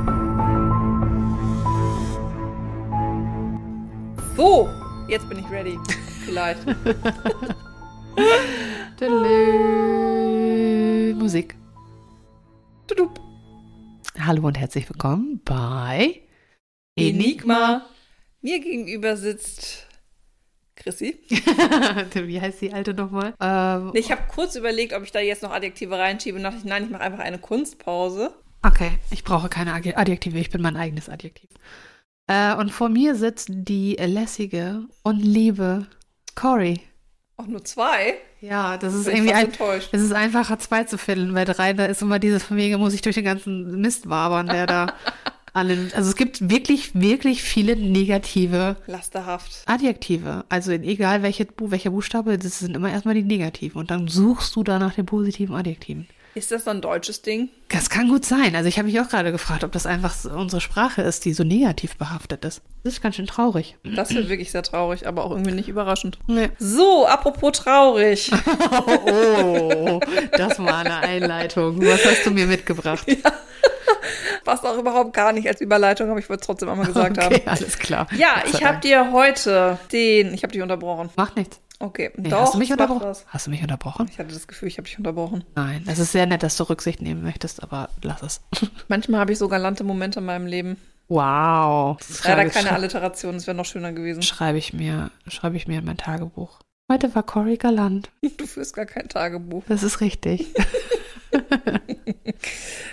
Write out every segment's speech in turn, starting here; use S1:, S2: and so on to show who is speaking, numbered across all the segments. S1: ready. Vielleicht.
S2: Tüdelü. Musik. Tudup. Hallo und herzlich willkommen bei
S1: Enigma. Mir gegenüber sitzt Chrissy.
S2: Wie heißt die alte nochmal? Ähm,
S1: Ich habe kurz überlegt, ob ich da jetzt noch Adjektive reinschiebe. Und dachte ich, nein, ich mache einfach eine Kunstpause.
S2: Okay, ich brauche keine Adje- Adjektive, ich bin mein eigenes Adjektiv. Äh, und vor mir sitzt die lässige und liebe Cory.
S1: Auch nur zwei.
S2: Ja, das ist
S1: Bin ich
S2: irgendwie
S1: fast
S2: ein,
S1: enttäuscht.
S2: es ist einfacher, zwei zu finden, weil drei, da ist immer dieses von wegen, muss ich durch den ganzen Mist wabern, der da an den, also es gibt wirklich, wirklich viele negative
S1: Lasterhaft.
S2: Adjektive. Also in, egal welche, Bu- welcher Buchstabe, das sind immer erstmal die negativen und dann suchst du da nach den positiven Adjektiven.
S1: Ist das so ein deutsches Ding?
S2: Das kann gut sein. Also ich habe mich auch gerade gefragt, ob das einfach so unsere Sprache ist, die so negativ behaftet ist. Das ist ganz schön traurig.
S1: Das wird wirklich sehr traurig, aber auch irgendwie nicht überraschend.
S2: Nee.
S1: So, apropos traurig.
S2: Oh, das war eine Einleitung. Was hast du mir mitgebracht?
S1: Passt auch überhaupt gar nicht als Überleitung, aber ich wollte es trotzdem einmal gesagt
S2: Okay,
S1: haben.
S2: alles klar.
S1: Ja,
S2: Gott sei
S1: ich habe
S2: Dank.
S1: dir heute den. Ich habe dich unterbrochen.
S2: Macht nichts.
S1: Okay,
S2: Nee,
S1: doch.
S2: hast du mich
S1: es macht
S2: unterbrochen?
S1: was.
S2: Hast du mich unterbrochen?
S1: Ich hatte das Gefühl, ich habe dich unterbrochen.
S2: Nein, es ist sehr nett, dass du Rücksicht nehmen möchtest, aber lass es.
S1: Manchmal habe ich so galante Momente in meinem Leben.
S2: Wow. Das
S1: Leider
S2: schreibe,
S1: keine
S2: schrei-
S1: Alliteration, das wäre noch schöner gewesen.
S2: schreibe ich mir, schreibe ich mir in mein Tagebuch. Heute war Cory galant.
S1: Du führst gar kein Tagebuch.
S2: Das ist richtig.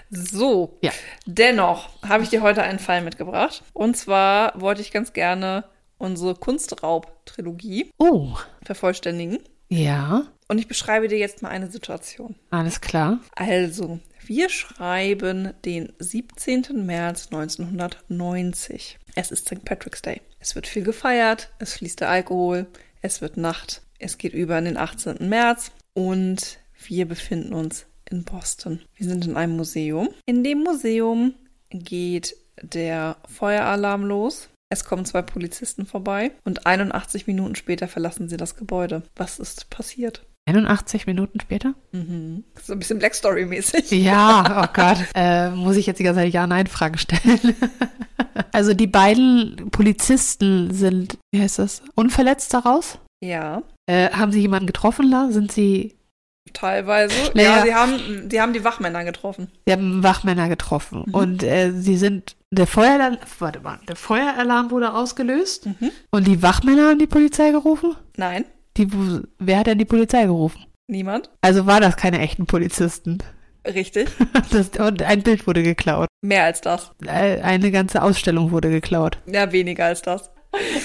S1: So,
S2: Ja.
S1: dennoch habe ich dir heute einen Fall mitgebracht. Und zwar wollte ich ganz gerne unsere Kunstraub-Trilogie
S2: Oh,
S1: vervollständigen.
S2: ja.
S1: Und ich beschreibe dir jetzt mal eine Situation.
S2: Alles klar.
S1: Also, wir schreiben den 17. März 1990. Es ist St. Patrick's Day. Es wird viel gefeiert, es fließt der Alkohol, es wird Nacht, es geht über in den 18. März und wir befinden uns in Boston. Wir sind in einem Museum. In dem Museum geht der Feueralarm los. Es kommen zwei Polizisten vorbei und 81 Minuten später verlassen sie das Gebäude. Was ist passiert?
S2: 81 Minuten später?
S1: Mhm. So ein bisschen Black Story-mäßig.
S2: Ja, oh Gott. Äh, muss ich jetzt die ganze Zeit Ja-Nein-Fragen stellen? also die beiden Polizisten sind, wie heißt das, unverletzt daraus?
S1: Ja,
S2: Äh, haben sie jemanden getroffen da? Sind sie,
S1: teilweise. Ja,
S2: Naja.
S1: sie haben, sie haben die Wachmänner getroffen.
S2: sie haben Wachmänner getroffen
S1: Mhm.
S2: und äh, sie sind, der Feueralarm, warte mal, der Feueralarm wurde ausgelöst
S1: Mhm.
S2: und die Wachmänner haben die Polizei gerufen?
S1: Nein,
S2: Die, wer hat denn die Polizei gerufen?
S1: niemand.
S2: Also war das keine echten Polizisten.
S1: Richtig.
S2: Das, und ein Bild wurde geklaut.
S1: Mehr als das.
S2: Äh, Eine ganze Ausstellung wurde geklaut.
S1: Ja, weniger als das.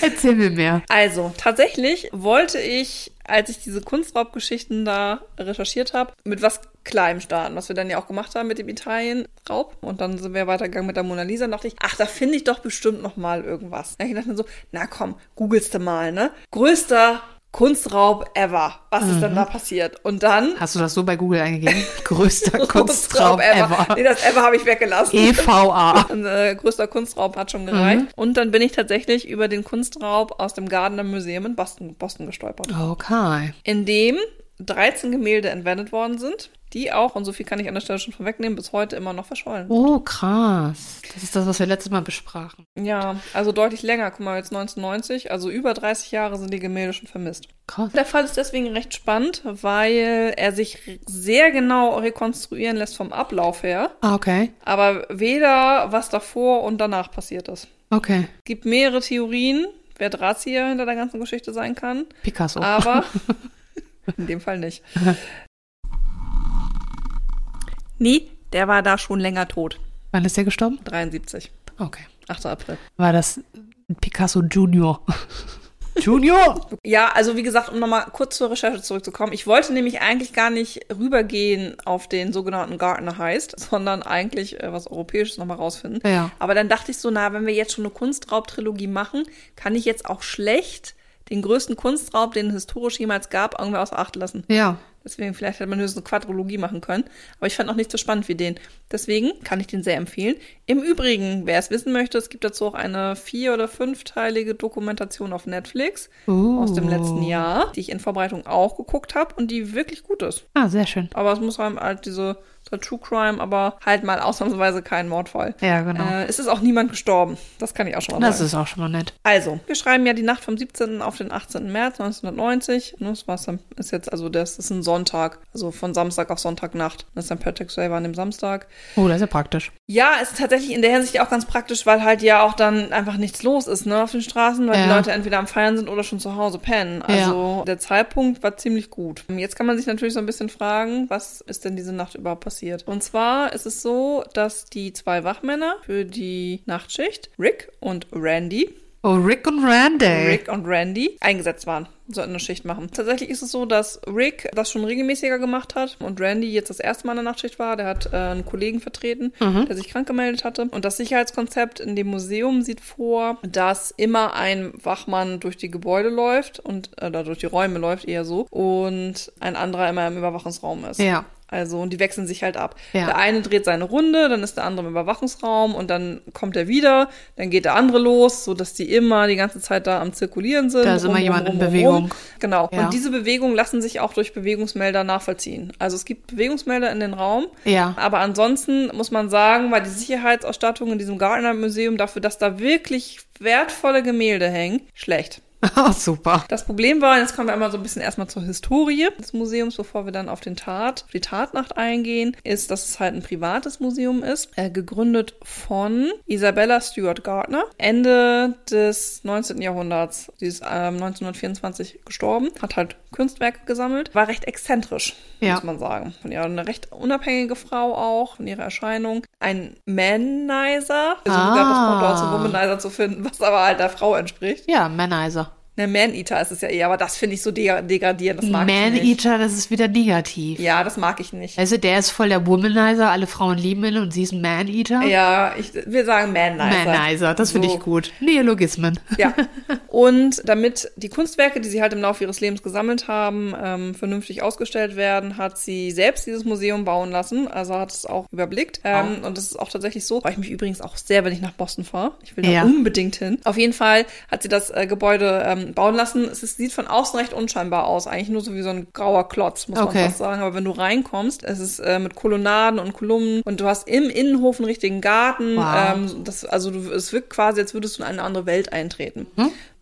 S2: Erzähl mir mehr.
S1: Also, tatsächlich wollte ich, als ich diese Kunstraubgeschichten da recherchiert habe, mit was Kleinem starten, was wir dann ja auch gemacht haben mit dem Italien-Raub. Und dann sind wir weitergegangen mit der Mona Lisa. Und dachte ich, ach, da finde ich doch bestimmt noch mal irgendwas. Da hab ich dachte mir so, na komm, googelst du mal, ne? Größter Kunstraub ever. Was ist denn da passiert? Und dann
S2: Hast du das so bei Google eingegeben? Größter Kunstraum
S1: Nee,
S2: ever. E
S1: das ever habe ich weggelassen.
S2: EVA.
S1: Und, äh, größter Kunstraub hat schon
S2: Mhm.
S1: gereicht. Und dann bin ich tatsächlich über den Kunstraub aus dem Gardner Museum in Boston, Boston gestolpert,
S2: Okay.
S1: in dem 13 Gemälde entwendet worden sind, die auch, und so viel kann ich an der Stelle schon vorwegnehmen, bis heute immer noch verschollen.
S2: Oh, krass. Das ist das, was wir letztes Mal besprachen.
S1: Ja, also deutlich länger. Guck mal, jetzt 1990, also über 30 Jahre sind die Gemälde schon vermisst.
S2: Krass.
S1: Der Fall ist deswegen recht spannend, weil er sich r- sehr genau rekonstruieren lässt vom Ablauf her.
S2: Ah, okay.
S1: Aber weder was davor und danach passiert ist.
S2: Okay.
S1: Es gibt mehrere Theorien, wer Drahtzieher hinter der ganzen Geschichte sein kann,
S2: Picasso.
S1: aber in dem Fall nicht. Nee, der war da schon länger tot.
S2: Wann ist der gestorben?
S1: 73,
S2: Okay.
S1: 8. April.
S2: War das Picasso Junior? Junior?
S1: Ja, also wie gesagt, um nochmal kurz zur Recherche zurückzukommen, ich wollte nämlich eigentlich gar nicht rübergehen auf den sogenannten Gartner Heist, sondern eigentlich äh, was Europäisches nochmal rausfinden.
S2: Ja.
S1: Aber dann dachte ich so, na, wenn wir jetzt schon eine Kunstraubtrilogie machen, kann ich jetzt auch schlecht den größten Kunstraub, den es historisch jemals gab, irgendwie außer Acht lassen.
S2: Ja.
S1: Deswegen, vielleicht hätte man höchstens eine Quadrologie machen können. Aber ich fand auch nicht so spannend wie den. Deswegen kann ich den sehr empfehlen. Im Übrigen, wer es wissen möchte, es gibt dazu auch eine vier- oder fünfteilige Dokumentation auf Netflix
S2: Oh.
S1: aus dem
S2: Uh.
S1: letzten Jahr, die ich in Vorbereitung auch geguckt habe und die wirklich gut ist.
S2: Ah, sehr schön.
S1: Aber es muss halt diese so True Crime, aber halt mal ausnahmsweise kein Mordfall.
S2: Ja, genau.
S1: Äh, es ist auch niemand gestorben. Das kann ich auch schon mal
S2: das
S1: sagen.
S2: ist auch schon mal nett.
S1: Also, wir schreiben ja die Nacht vom 17. auf den 18. März 1990. Ne, Das war's dann. Ist jetzt, also, das ist ein Sonntag. Also von Samstag auf Sonntagnacht. Das ist dann Patrick's Day war an dem Samstag.
S2: Oh, das ist ja praktisch.
S1: Ja, ist tatsächlich in der Hinsicht auch ganz praktisch, weil halt ja auch dann einfach nichts los ist, ne, auf den Straßen, weil die
S2: Ja.
S1: Leute entweder am Feiern sind oder schon zu Hause pennen. Also der Zeitpunkt war ziemlich gut. Jetzt kann man sich natürlich so ein bisschen fragen, was ist denn diese Nacht überhaupt passiert? Und zwar ist es so, dass die zwei Wachmänner für die Nachtschicht, Rick und Randy,
S2: Oh, Rick und Randy.
S1: Rick und Randy eingesetzt waren, sollten eine Schicht machen. Tatsächlich ist es so, dass Rick das schon regelmäßiger gemacht hat und Randy jetzt das erste Mal in der Nachtschicht war. Der hat äh, einen Kollegen vertreten, der sich krank gemeldet hatte. Und das Sicherheitskonzept in dem Museum sieht vor, dass immer ein Wachmann durch die Gebäude läuft und äh, oder durch die Räume läuft eher so und ein anderer immer im Überwachungsraum ist.
S2: Ja.
S1: Also, und die wechseln sich halt ab.
S2: Ja.
S1: Der eine dreht seine Runde, dann ist der andere im Überwachungsraum und dann kommt er wieder, dann geht der andere los, sodass die immer die ganze Zeit da am Zirkulieren sind.
S2: Da ist immer jemand in Bewegung.
S1: Genau.
S2: Ja.
S1: Und diese Bewegungen lassen sich auch durch Bewegungsmelder nachvollziehen. Also es gibt Bewegungsmelder in den Raum,
S2: Ja.
S1: aber ansonsten muss man sagen, war die Sicherheitsausstattung in diesem Gardner-Museum dafür, dass da wirklich wertvolle Gemälde hängen, schlecht.
S2: Oh, super.
S1: Das Problem war, jetzt kommen wir einmal so ein bisschen erstmal zur Historie des Museums, bevor wir dann auf den Tat, auf die Tatnacht eingehen, ist, dass es halt ein privates Museum ist, äh, gegründet von Isabella Stewart Gardner, Ende des 19. Jahrhunderts, die ist ähm, 1924 gestorben, hat halt Kunstwerke gesammelt, war recht exzentrisch,
S2: Ja.
S1: muss man sagen. Von ihr eine recht unabhängige Frau auch, von ihrer Erscheinung. Ein Manizer, also ah. das
S2: Ah.
S1: Pendant zum Womanizer zu finden, was aber halt der Frau entspricht.
S2: Ja, Manizer.
S1: Ne, Man-Eater ist es ja eher, aber das finde ich so de degradierend, das mag ich nicht.
S2: Man-Eater, das ist wieder negativ.
S1: Ja, das mag ich nicht.
S2: Also der ist voll der Womanizer, alle Frauen lieben ihn und sie ist ein Man-Eater.
S1: Ja, ich, wir sagen Man-Nizer.
S2: Manizer, das finde
S1: So.
S2: ich gut. Neologismen.
S1: Ja. Und damit die Kunstwerke, die sie halt im Laufe ihres Lebens gesammelt haben, ähm, vernünftig ausgestellt werden, hat sie selbst dieses Museum bauen lassen. Also hat es auch überblickt. Ähm, Und das ist auch tatsächlich so. Freue ich mich übrigens auch sehr, wenn ich nach Boston fahre. Ich will
S2: Ja.
S1: da unbedingt hin. Auf jeden Fall hat sie das äh, Gebäude ähm, bauen lassen. Es ist, sieht von außen recht unscheinbar aus. Eigentlich nur so wie so ein grauer Klotz, muss
S2: Okay.
S1: man fast sagen. Aber wenn du reinkommst, es ist äh, mit Kolonnaden und Kolumnen und du hast im Innenhof einen richtigen Garten.
S2: Wow.
S1: Ähm, das, also du, es wirkt quasi, als würdest du in eine andere Welt eintreten.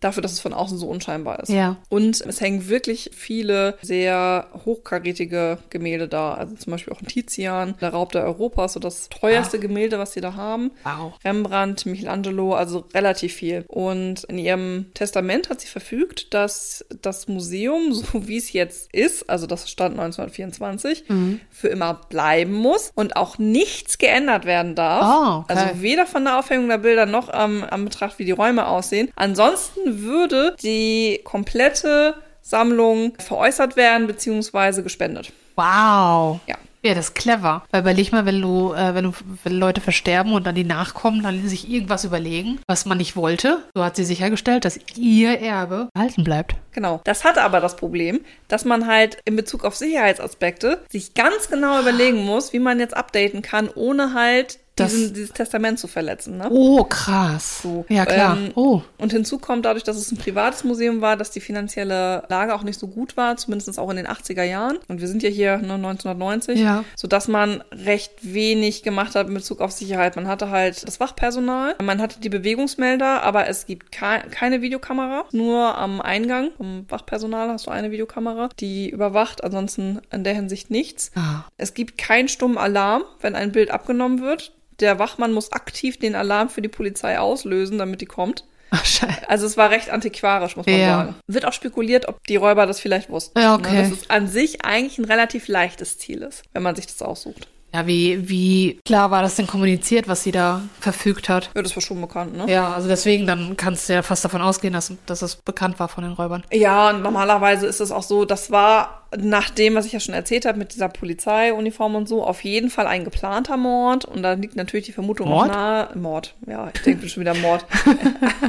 S1: Dafür, dass es von außen so unscheinbar ist.
S2: Hm? Ja.
S1: Und es hängen wirklich viele sehr hochkarätige Gemälde da. Also zum Beispiel auch ein Tizian, der Raub der Europas, so das teuerste Gemälde, was sie da haben.
S2: Ah. Wow.
S1: Rembrandt, Michelangelo, also relativ viel. Und in ihrem Testament hat sie verfügt, dass das Museum, so wie es jetzt ist, also das stand 1924,
S2: Mhm.
S1: für immer bleiben muss und auch nichts geändert werden darf.
S2: Ah, okay.
S1: Also weder von der Aufhängung der Bilder noch am, am Betracht, wie die Räume aussehen. Ansonsten würde die komplette Sammlung veräußert werden bzw. gespendet.
S2: Wow.
S1: Ja.
S2: Ja, das ist clever. Weil überleg mal, wenn du, äh, wenn du, wenn Leute versterben und dann die nachkommen, dann sich irgendwas überlegen, was man nicht wollte. So hat sie sichergestellt, dass ihr Erbe erhalten bleibt.
S1: Genau. Das hat aber das Problem, dass man halt in Bezug auf Sicherheitsaspekte sich ganz genau überlegen muss, wie man jetzt updaten kann, ohne halt
S2: Das-
S1: diesen, dieses Testament zu verletzen. Ne?
S2: Oh, krass.
S1: So,
S2: ja, klar.
S1: ähm,
S2: oh.
S1: Und hinzu kommt dadurch, dass es ein privates Museum war, dass die finanzielle Lage auch nicht so gut war, zumindest auch in den 80er Jahren. Und wir sind ja hier ne, 1990,
S2: Ja.
S1: sodass man recht wenig gemacht hat in Bezug auf Sicherheit. Man hatte halt das Wachpersonal, man hatte die Bewegungsmelder, aber es gibt ke keine Videokamera. Nur am Eingang vom Wachpersonal hast du eine Videokamera, die überwacht, ansonsten in der Hinsicht nichts.
S2: Ah.
S1: Es gibt keinen stummen Alarm, wenn ein Bild abgenommen wird. Der Wachmann muss aktiv den Alarm für die Polizei auslösen, damit die kommt.
S2: Ach, scheiße.
S1: Also es war recht antiquarisch, muss man
S2: Ja.
S1: sagen. Wird auch spekuliert, ob die Räuber das vielleicht wussten.
S2: Ja, okay.
S1: Ne, Dass es an sich eigentlich ein relativ leichtes Ziel ist, wenn man sich das aussucht.
S2: Ja, wie, wie klar war das denn kommuniziert, was sie da verfügt hat?
S1: Ja, das war schon bekannt, ne?
S2: Ja, also deswegen, dann kannst du ja fast davon ausgehen, dass, dass das bekannt war von den Räubern.
S1: Ja, und normalerweise ist es auch so, das war nach dem, was ich ja schon erzählt habe, mit dieser Polizeiuniform und so, auf jeden Fall ein geplanter Mord. Und da liegt natürlich die Vermutung
S2: Mord?
S1: auch nahe. Mord, ja, ich denke schon wieder Mord.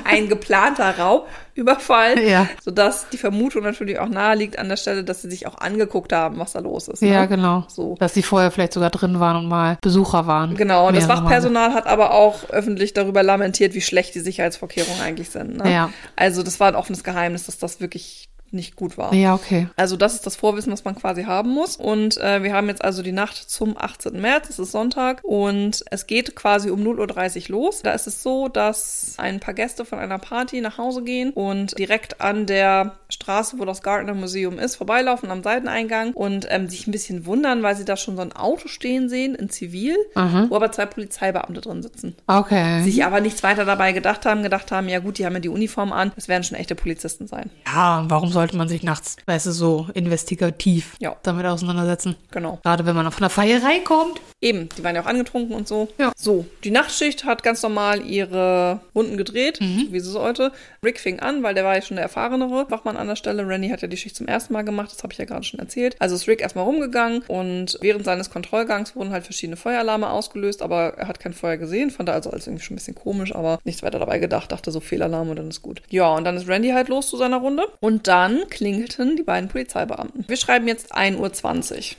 S1: ein geplanter Raubüberfall.
S2: Ja.
S1: Sodass die Vermutung natürlich auch nahe liegt an der Stelle, dass sie sich auch angeguckt haben, was da los ist.
S2: Ja,
S1: ne?
S2: genau.
S1: So.
S2: Dass sie vorher vielleicht sogar drin waren und mal Besucher waren.
S1: Genau, und das
S2: Mehrere Male.
S1: Wachpersonal hat aber auch öffentlich darüber lamentiert, wie schlecht die Sicherheitsvorkehrungen eigentlich sind. Ne?
S2: Ja.
S1: Also das war ein offenes Geheimnis, dass das wirklich nicht gut war.
S2: Ja, okay.
S1: Also das ist das Vorwissen, was man quasi haben muss. Und äh, wir haben jetzt also die Nacht zum 18. März, es ist Sonntag und es geht quasi um 0.30 Uhr los. Da ist es so, dass ein paar Gäste von einer Party nach Hause gehen und direkt an der Straße, wo das Gardner Museum ist, vorbeilaufen am Seiteneingang und ähm, sich ein bisschen wundern, weil sie da schon so ein Auto stehen sehen, in Zivil, wo aber zwei Polizeibeamte drin sitzen.
S2: Okay.
S1: Sich aber nichts weiter dabei gedacht haben, gedacht haben, ja gut, die haben ja die Uniform an, das werden schon echte Polizisten sein.
S2: Ja, und warum sollte man sich nachts, weißt du, so investigativ
S1: Ja.
S2: damit auseinandersetzen?
S1: Genau.
S2: Gerade wenn man von der Feier reinkommt.
S1: Eben, die waren ja auch angetrunken und so.
S2: Ja.
S1: So, die Nachtschicht hat ganz normal ihre Runden gedreht, wie sie sollte. Rick fing an, weil der war ja schon der erfahrenere Wachmann an der Stelle. Rennie hat ja die Schicht zum ersten Mal gemacht, das habe ich ja gerade schon erzählt. Also ist Rick erstmal rumgegangen und während seines Kontrollgangs wurden halt verschiedene Feueralarme ausgelöst, aber er hat kein Feuer gesehen, fand er also alles irgendwie schon ein bisschen komisch, aber nichts weiter dabei gedacht, dachte so Fehlalarm und dann ist gut. Ja, und dann ist Randy halt los zu seiner Runde und dann klingelten die beiden Polizeibeamten. Wir schreiben jetzt 1.20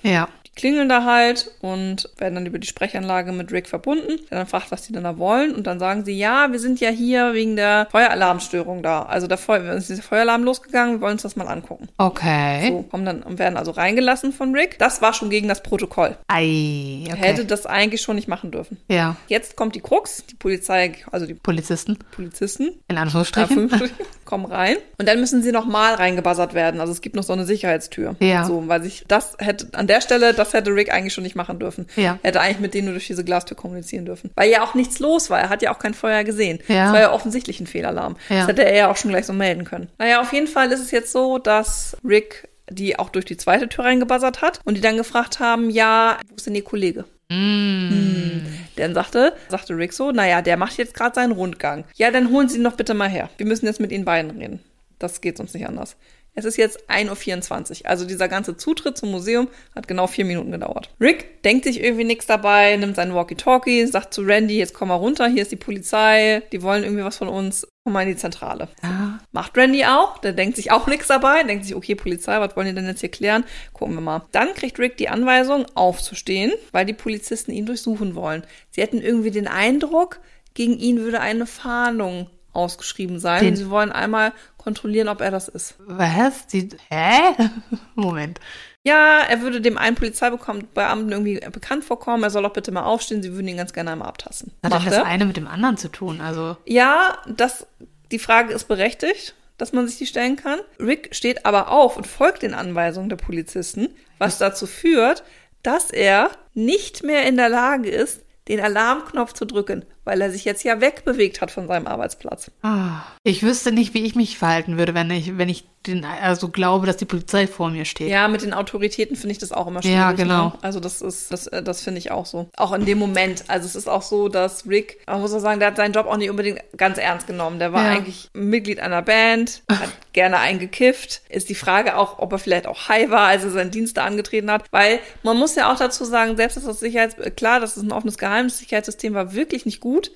S1: Uhr.
S2: Ja.
S1: Die klingeln da halt und werden dann über die Sprechanlage mit Rick verbunden, der dann fragt, was die denn da wollen. Und dann sagen sie, ja, wir sind ja hier wegen der Feueralarmstörung da. Also der Feu ist dieser Feueralarm losgegangen, wir wollen uns das mal angucken.
S2: Okay.
S1: So, kommen dann und werden also reingelassen von Rick. Das war schon gegen das Protokoll.
S2: Ei. Okay.
S1: Er hätte das eigentlich schon nicht machen dürfen.
S2: ja.
S1: Jetzt kommt die Krux, die Polizei, also die
S2: Polizisten.
S1: Polizisten,
S2: In Anführungsstrichen.
S1: Anführungsstrichen, kommen rein. Und dann müssen sie nochmal reingebuzzert werden. Also es gibt noch so eine Sicherheitstür.
S2: Ja.
S1: So, weil sich das hätte, an der Stelle, das hätte Rick eigentlich schon nicht machen dürfen.
S2: Ja.
S1: Er hätte eigentlich mit denen nur durch diese Glastür kommunizieren dürfen. Weil ja auch nichts los war. Er hat ja auch kein Feuer gesehen.
S2: Ja.
S1: Das war ja offensichtlich ein Fehlalarm.
S2: Ja.
S1: Das hätte er ja auch schon gleich so melden können. Naja, auf jeden Fall ist es jetzt so, dass Rick die auch durch die zweite Tür reingebuzzert hat und die dann gefragt haben, ja, wo ist denn ihr Kollege? Dann sagte, sagte Rick so, naja, der macht jetzt gerade seinen Rundgang. Ja, dann holen Sie ihn doch bitte mal her. Wir müssen jetzt mit Ihnen beiden reden. Das geht uns nicht anders. Es ist jetzt 1.24 Uhr. Also dieser ganze Zutritt zum Museum hat genau vier Minuten gedauert. Rick denkt sich irgendwie nichts dabei, nimmt seinen Walkie-Talkie, sagt zu Randy, jetzt komm mal runter, hier ist die Polizei, die wollen irgendwie was von uns. Komm mal in die Zentrale.
S2: Ja.
S1: Macht Randy auch, der denkt sich auch nichts dabei, denkt sich, okay, Polizei, was wollen die denn jetzt hier klären? Gucken wir mal. Dann kriegt Rick die Anweisung, aufzustehen, weil die Polizisten ihn durchsuchen wollen. Sie hätten irgendwie den Eindruck, gegen ihn würde eine Fahndung ausgeschrieben sein.
S2: Den-
S1: Und sie wollen einmal kontrollieren, ob er das ist.
S2: Was? Die, hä? Moment.
S1: Ja, er würde dem einen Polizeibeamten irgendwie bekannt vorkommen, er soll doch bitte mal aufstehen, sie würden ihn ganz gerne einmal abtasten.
S2: Hat
S1: Macht
S2: denn das
S1: er.
S2: eine mit dem anderen zu tun? Also,
S1: Ja, das, die Frage ist berechtigt, dass man sich die stellen kann. Rick steht aber auf und folgt den Anweisungen der Polizisten, was dazu führt, dass er nicht mehr in der Lage ist, den Alarmknopf zu drücken, weil er sich jetzt ja wegbewegt hat von seinem Arbeitsplatz.
S2: ah, ich wüsste nicht, wie ich mich verhalten würde, wenn ich, wenn ich den, also glaube, dass die Polizei vor mir steht.
S1: Ja, mit den Autoritäten finde ich das auch immer schwierig.
S2: Ja, genau.
S1: Ne? Also das ist, das, äh, das finde ich auch so. Auch in dem Moment. Also es ist auch so, dass Rick, man muss auch sagen, der hat seinen Job auch nicht unbedingt ganz ernst genommen. Der war
S2: Ja.
S1: eigentlich Mitglied einer Band, hat gerne eingekifft. Ist die Frage auch, ob er vielleicht auch high war, als er seinen Dienst da angetreten hat. Weil man muss ja auch dazu sagen, selbst dass das Sicherheits, äh, klar, das ist ein offenes Geheimnis, das Sicherheitssystem war wirklich nicht gut.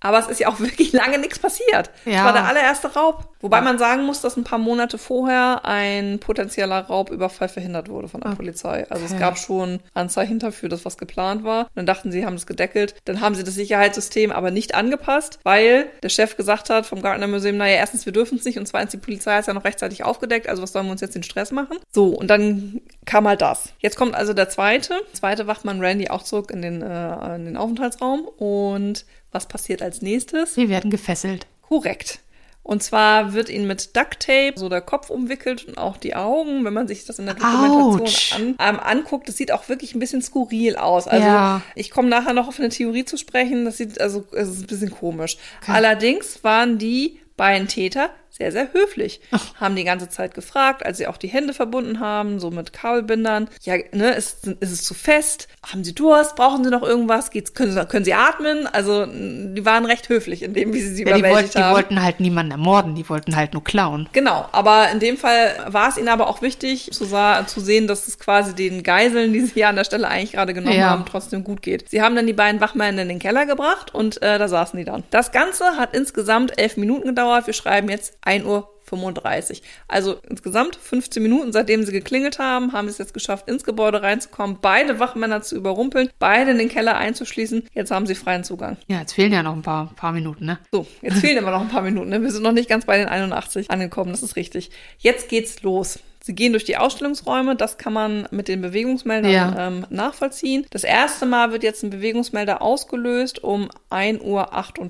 S1: Aber es ist ja auch wirklich lange nichts passiert. Es
S2: Ja.
S1: war der allererste Raub. Wobei man sagen muss, dass ein paar Monate vorher ein potenzieller Raubüberfall verhindert wurde von der Polizei. Also es
S2: Okay.
S1: gab schon Anzeichen dafür, dass was geplant war. Und dann dachten sie, haben es gedeckelt. Dann haben sie das Sicherheitssystem aber nicht angepasst, weil der Chef gesagt hat vom Gartner Museum, naja, erstens, wir dürfen es nicht und zweitens, die Polizei ist ja noch rechtzeitig aufgedeckt, also was sollen wir uns jetzt den Stress machen? So, und dann kam halt das. Jetzt kommt also der zweite. Zweite Wachmann Randy auch zurück in den, äh, in den Aufenthaltsraum. Und was passiert als nächstes?
S2: Wir werden gefesselt.
S1: Korrekt. Und zwar wird ihnen mit Ducktape so der Kopf umwickelt und auch die Augen, wenn man sich das in der
S2: Autsch.
S1: Dokumentation an, ähm, anguckt, das sieht auch wirklich ein bisschen skurril aus. Also
S2: Ja.
S1: ich komme nachher noch auf eine Theorie zu sprechen, das sieht also es ist ein bisschen komisch. Allerdings waren die beiden Täter sehr, sehr höflich. Haben die ganze Zeit gefragt, als sie auch die Hände verbunden haben, so mit Kabelbindern. Ja, ne, ist, ist es zu fest? Haben sie Durst? Brauchen sie noch irgendwas? Geht's, können, sie- können sie atmen? Also, n- die waren recht höflich in dem, wie sie sie
S2: Ja, die, wollten,
S1: überwältigt
S2: die
S1: haben.
S2: wollten halt niemanden ermorden, die wollten halt nur klauen.
S1: Genau, aber in dem Fall war es ihnen aber auch wichtig zu, sa- zu sehen, dass es quasi den Geiseln, die sie ja an der Stelle eigentlich gerade genommen
S2: Ja.
S1: haben, trotzdem gut geht. Sie haben dann die beiden Wachmänner in den Keller gebracht und äh, da saßen die dann. Das Ganze hat insgesamt elf Minuten gedauert. Wir schreiben jetzt 1 Uhr. 35. Also insgesamt 15 Minuten, seitdem sie geklingelt haben, haben sie es jetzt geschafft, ins Gebäude reinzukommen, beide Wachmänner zu überrumpeln, beide in den Keller einzuschließen. Jetzt haben sie freien Zugang.
S2: Ja, jetzt fehlen ja noch ein paar, paar Minuten, ne?
S1: So, jetzt fehlen immer noch ein paar Minuten. Ne? Wir sind noch nicht ganz bei den 81 angekommen, das ist richtig. Jetzt geht's los. Sie gehen durch die Ausstellungsräume, das kann man mit den Bewegungsmeldern
S2: Ja.
S1: ähm, nachvollziehen. Das erste Mal wird jetzt ein Bewegungsmelder ausgelöst um 1.48 Uhr.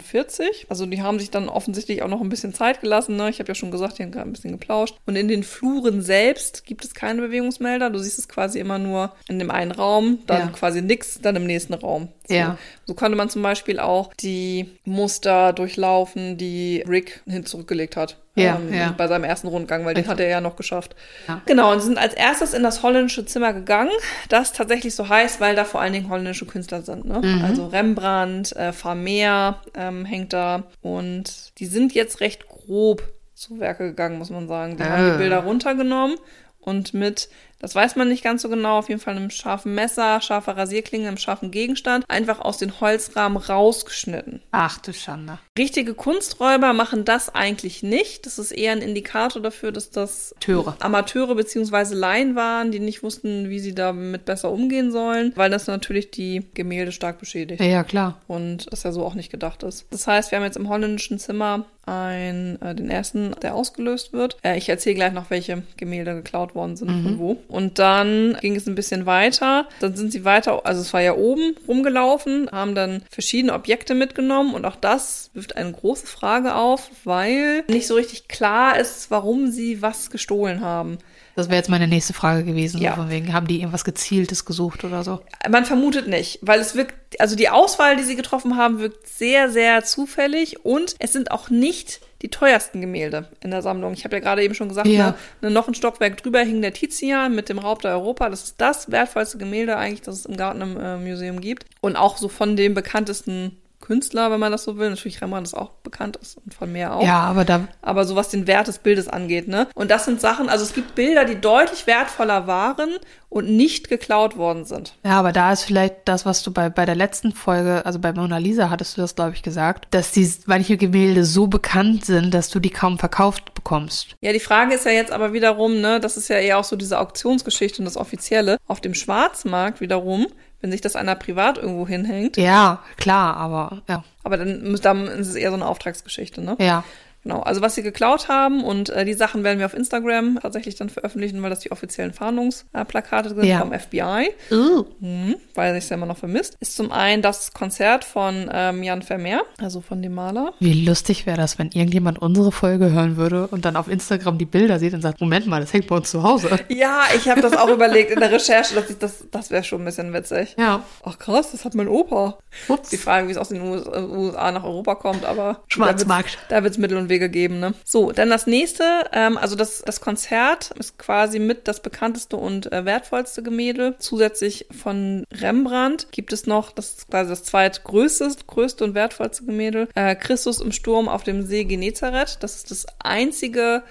S1: Also die haben sich dann offensichtlich auch noch ein bisschen Zeit gelassen. Ne? Ich habe ja schon gesagt, die haben gerade ein bisschen geplauscht. Und in den Fluren selbst gibt es keine Bewegungsmelder. Du siehst es quasi immer nur in dem einen Raum, dann
S2: Ja.
S1: quasi nix, dann im nächsten Raum. So.
S2: Ja.
S1: ne? So konnte man zum Beispiel auch die Muster durchlaufen, die Rick hin zurückgelegt hat. ähm,
S2: Ja, ja.
S1: Bei seinem ersten Rundgang, weil den hat er ja noch geschafft.
S2: Ja.
S1: Genau, und sie sind als erstes in das holländische Zimmer gegangen, das tatsächlich so heißt, weil da vor allen Dingen holländische Künstler sind. Ne? Also Rembrandt, äh, Vermeer ähm, hängt da. Und die sind jetzt recht grob zu Werke gegangen, muss man sagen. Die haben
S2: Ah.
S1: die Bilder runtergenommen und mit, das weiß man nicht ganz so genau, auf jeden Fall einem scharfen Messer, scharfer Rasierklinge, einem scharfen Gegenstand, einfach aus den Holzrahmen rausgeschnitten.
S2: Ach du Schande.
S1: Richtige Kunsträuber machen das eigentlich nicht. Das ist eher ein Indikator dafür, dass das
S2: Töre.
S1: Amateure bzw. Laien waren, die nicht wussten, wie sie damit besser umgehen sollen, weil das natürlich die Gemälde stark beschädigt
S2: Ja, ja, klar.
S1: und das ja so auch nicht gedacht ist. Das heißt, wir haben jetzt im holländischen Zimmer ein, äh, den ersten, der ausgelöst wird. Äh, ich erzähle gleich noch, welche Gemälde geklaut worden sind und wo. Und dann ging es ein bisschen weiter. Dann sind sie weiter, also es war ja oben rumgelaufen, haben dann verschiedene Objekte mitgenommen und auch das wirft eine große Frage auf, weil nicht so richtig klar ist, warum sie was gestohlen haben.
S2: Das wäre jetzt meine nächste Frage gewesen.
S1: Ja.
S2: So von wegen, haben die irgendwas Gezieltes gesucht oder so?
S1: Man vermutet nicht, weil es wirkt, also die Auswahl, die sie getroffen haben, wirkt sehr, sehr zufällig und es sind auch nicht die teuersten Gemälde in der Sammlung. Ich habe ja gerade eben schon gesagt,
S2: Ja.
S1: ne, ne, noch ein Stockwerk drüber hing der Tizian mit dem Raub der Europa. Das ist das wertvollste Gemälde eigentlich, das es im Garten im äh, Museum gibt. Und auch so von dem bekanntesten Künstler, wenn man das so will. Natürlich Rembrandt ist auch bekannt ist und von mehr auch
S2: Ja, aber da,
S1: aber so was den Wert des Bildes angeht, ne? Und das sind Sachen, also es gibt Bilder, die deutlich wertvoller waren und nicht geklaut worden sind.
S2: ja, aber da ist vielleicht das, was du bei, bei der letzten Folge, also bei Mona Lisa hattest du das, glaube ich, gesagt, dass die manche Gemälde so bekannt sind, dass du die kaum verkauft bekommst.
S1: Ja, die Frage ist ja jetzt aber wiederum, ne, das ist ja eher auch so diese Auktionsgeschichte und das Offizielle. Auf dem Schwarzmarkt wiederum, wenn sich das einer privat irgendwo hinhängt,
S2: Ja, klar, aber ja.
S1: aber dann, mü- dann ist es eher so eine Auftragsgeschichte, ne?
S2: Ja.
S1: Genau, also was sie geklaut haben und äh, die Sachen werden wir auf Instagram tatsächlich dann veröffentlichen, weil das die offiziellen Fahndungsplakate sind
S2: Ja.
S1: vom FBI.
S2: Uh.
S1: Mhm, weil er sich ja immer noch vermisst, ist zum einen das Konzert von ähm, Jan Vermeer, also von dem Maler.
S2: Wie lustig wäre das, wenn irgendjemand unsere Folge hören würde und dann auf Instagram die Bilder sieht und sagt, Moment mal, das hängt bei uns zu Hause.
S1: Ja, ich habe das auch überlegt in der Recherche, dass ich das, das wäre schon ein bisschen witzig.
S2: Ja.
S1: Ach krass, das hat mein Opa. Die
S2: Ups.
S1: Frage, wie es aus den US- äh, USA nach Europa kommt, aber
S2: Schwarzmarkt.
S1: Da wird es Mittel und Wege geben, ne? So, dann das nächste, ähm, also das, das Konzert ist quasi mit das bekannteste und äh, wertvollste Gemälde. Zusätzlich von Rembrandt gibt es noch, das ist quasi das zweitgrößte größte und wertvollste Gemälde, äh, Christus im Sturm auf dem See Genezareth. Das ist das einzige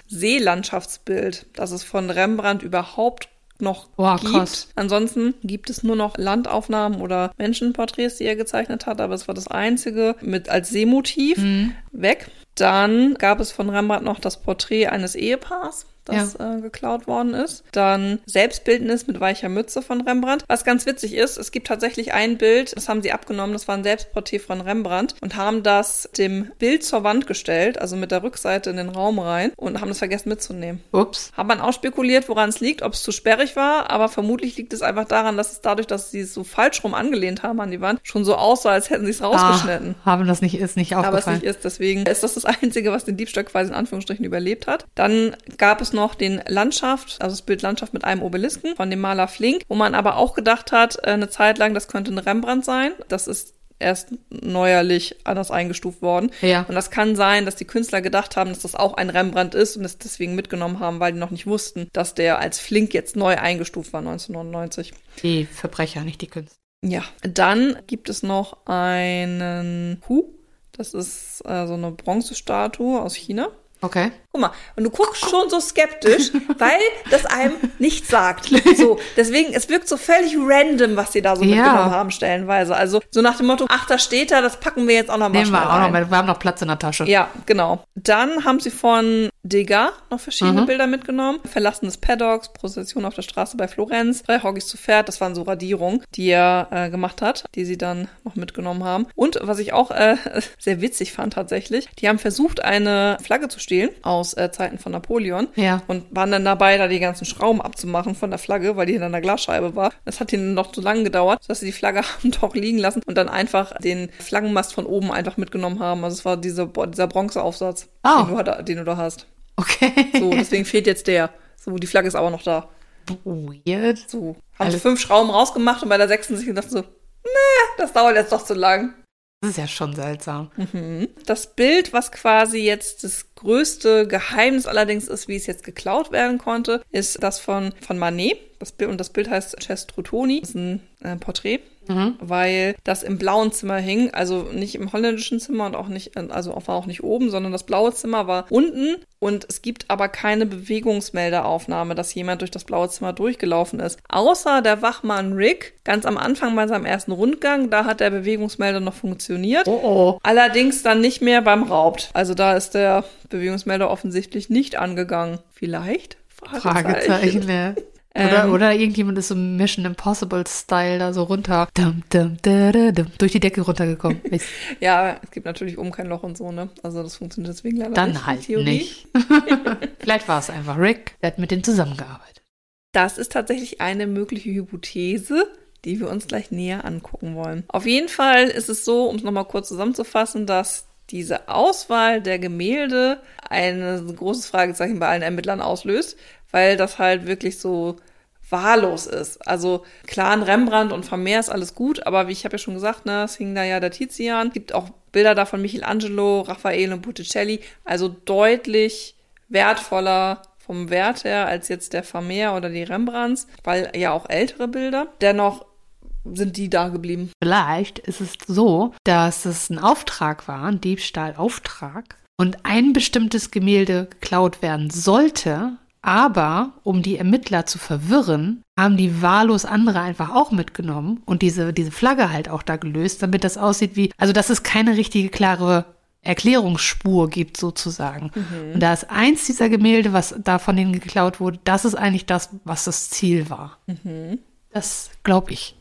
S1: Seelandschaftsbild, das es von Rembrandt überhaupt noch
S2: Boah,
S1: gibt.
S2: krass.
S1: Ansonsten gibt es nur noch Landaufnahmen oder Menschenporträts, die er gezeichnet hat, aber es war das einzige mit als Seemotiv weg. Dann gab es von Rembrandt noch das Porträt eines Ehepaars, das äh, geklaut worden ist. Dann Selbstbildnis mit weicher Mütze von Rembrandt. Was ganz witzig ist, es gibt tatsächlich ein Bild, das haben sie abgenommen, das war ein Selbstporträt von Rembrandt und haben das dem Bild zur Wand gestellt, also mit der Rückseite in den Raum rein und haben das vergessen mitzunehmen.
S2: Ups.
S1: Hat man auch spekuliert, woran es liegt, ob es zu sperrig war, aber vermutlich liegt es einfach daran, dass es dadurch, dass sie es so falsch rum angelehnt haben an die Wand, schon so aussah, als hätten sie es rausgeschnitten.
S2: Ah, haben das nicht, ist nicht
S1: Aber es
S2: aufgefallen.
S1: nicht ist, deswegen ist das das Einzige, was den Diebstahl quasi in Anführungsstrichen überlebt hat. Dann gab es noch den Landschaft, also das Bild Landschaft mit einem Obelisken von dem Maler Flink, wo man aber auch gedacht hat, äh, eine Zeit lang, das könnte ein Rembrandt sein. Das ist erst neuerlich anders eingestuft worden.
S2: Ja.
S1: Und das kann sein, dass die Künstler gedacht haben, dass das auch ein Rembrandt ist und es deswegen mitgenommen haben, weil die noch nicht wussten, dass der als Flink jetzt neu eingestuft war 1999.
S2: Die Verbrecher, nicht die Künstler.
S1: Ja, dann gibt es noch einen Hu. Das ist äh, so eine Bronzestatue aus China.
S2: Okay.
S1: Guck mal, und du guckst schon so skeptisch, weil das einem nichts sagt. So, deswegen, es wirkt so völlig random, was sie da so
S2: Ja.
S1: mitgenommen haben, stellenweise. Also so nach dem Motto, ach, da steht er, das packen wir jetzt auch noch mal
S2: Nehmen wir
S1: schnell
S2: auch noch
S1: rein.
S2: mit. Wir haben noch Platz in der Tasche.
S1: Ja, genau. Dann haben sie von Degas noch verschiedene Bilder mitgenommen. Verlassen des Paddocks, Prozession auf der Straße bei Florenz, drei Hoggys zu Pferd, das waren so Radierungen, die er äh, gemacht hat, die sie dann noch mitgenommen haben. Und was ich auch äh, sehr witzig fand tatsächlich, die haben versucht, eine Flagge zu stehlen aus äh, Zeiten von Napoleon.
S2: Ja.
S1: Und waren dann dabei, da die ganzen Schrauben abzumachen von der Flagge, weil die hinter einer Glasscheibe war. Das hat ihnen noch zu lange gedauert, dass sie die Flagge haben doch liegen lassen und dann einfach den Flaggenmast von oben einfach mitgenommen haben. Also es war dieser, Bo- dieser Bronzeaufsatz,
S2: Oh.
S1: den, du, da- den du da hast.
S2: Okay.
S1: So, deswegen fehlt jetzt der. So, die Flagge ist aber noch da.
S2: Weird.
S1: So, haben sie
S2: Alles-
S1: fünf Schrauben rausgemacht und bei der sechsten sich gedacht so, nee, das dauert jetzt doch zu lang.
S2: Das ist ja schon seltsam.
S1: Das Bild, was quasi jetzt das größte Geheimnis allerdings ist, wie es jetzt geklaut werden konnte, ist das von, von Manet. Das Bild, und das Bild heißt Cestrutoni. Das ist ein äh, Porträt,
S2: Mhm.
S1: weil das im blauen Zimmer hing. Also nicht im holländischen Zimmer und auch nicht, äh, also auch- war auch nicht oben, sondern das blaue Zimmer war unten. Und es gibt aber keine Bewegungsmelderaufnahme, dass jemand durch das blaue Zimmer durchgelaufen ist. Außer der Wachmann Rick, ganz am Anfang bei seinem ersten Rundgang, da hat der Bewegungsmelder noch funktioniert.
S2: Oh oh.
S1: Allerdings dann nicht mehr beim Raubt. Also da ist der Bewegungsmelder offensichtlich nicht angegangen. Vielleicht?
S2: Fragezeichen, ja. Oder, oder irgendjemand ist so im Mission Impossible-Style da so runter, dum, dum, da, da, dum, durch die Decke runtergekommen. Ist.
S1: Ja, es gibt natürlich oben kein Loch und so, ne? Also das funktioniert deswegen leider nicht.
S2: Dann
S1: in
S2: halt
S1: Theorie.
S2: nicht. Vielleicht war es einfach Rick, der hat mit denen zusammengearbeitet.
S1: Das ist tatsächlich eine mögliche Hypothese, die wir uns gleich näher angucken wollen. Auf jeden Fall ist es so, um es nochmal kurz zusammenzufassen, dass diese Auswahl der Gemälde ein großes Fragezeichen bei allen Ermittlern auslöst, weil das halt wirklich so wahllos ist. Also klar, ein Rembrandt und Vermeer ist alles gut, aber wie ich habe ja schon gesagt, ne, es hing da ja der Tizian. Es gibt auch Bilder da von Michelangelo, Raffael und Botticelli. Also deutlich wertvoller vom Wert her als jetzt der Vermeer oder die Rembrandts, weil ja auch ältere Bilder. Dennoch sind die da geblieben.
S2: Vielleicht ist es so, dass es ein Auftrag war, ein Diebstahlauftrag, und ein bestimmtes Gemälde geklaut werden sollte, aber um die Ermittler zu verwirren, haben die wahllos andere einfach auch mitgenommen und diese, diese Flagge halt auch da gelöst, damit das aussieht wie, also dass es keine richtige klare Erklärungsspur gibt sozusagen. Und da ist eins dieser Gemälde, was da von denen geklaut wurde, das ist eigentlich das, was das Ziel war. Das glaube ich.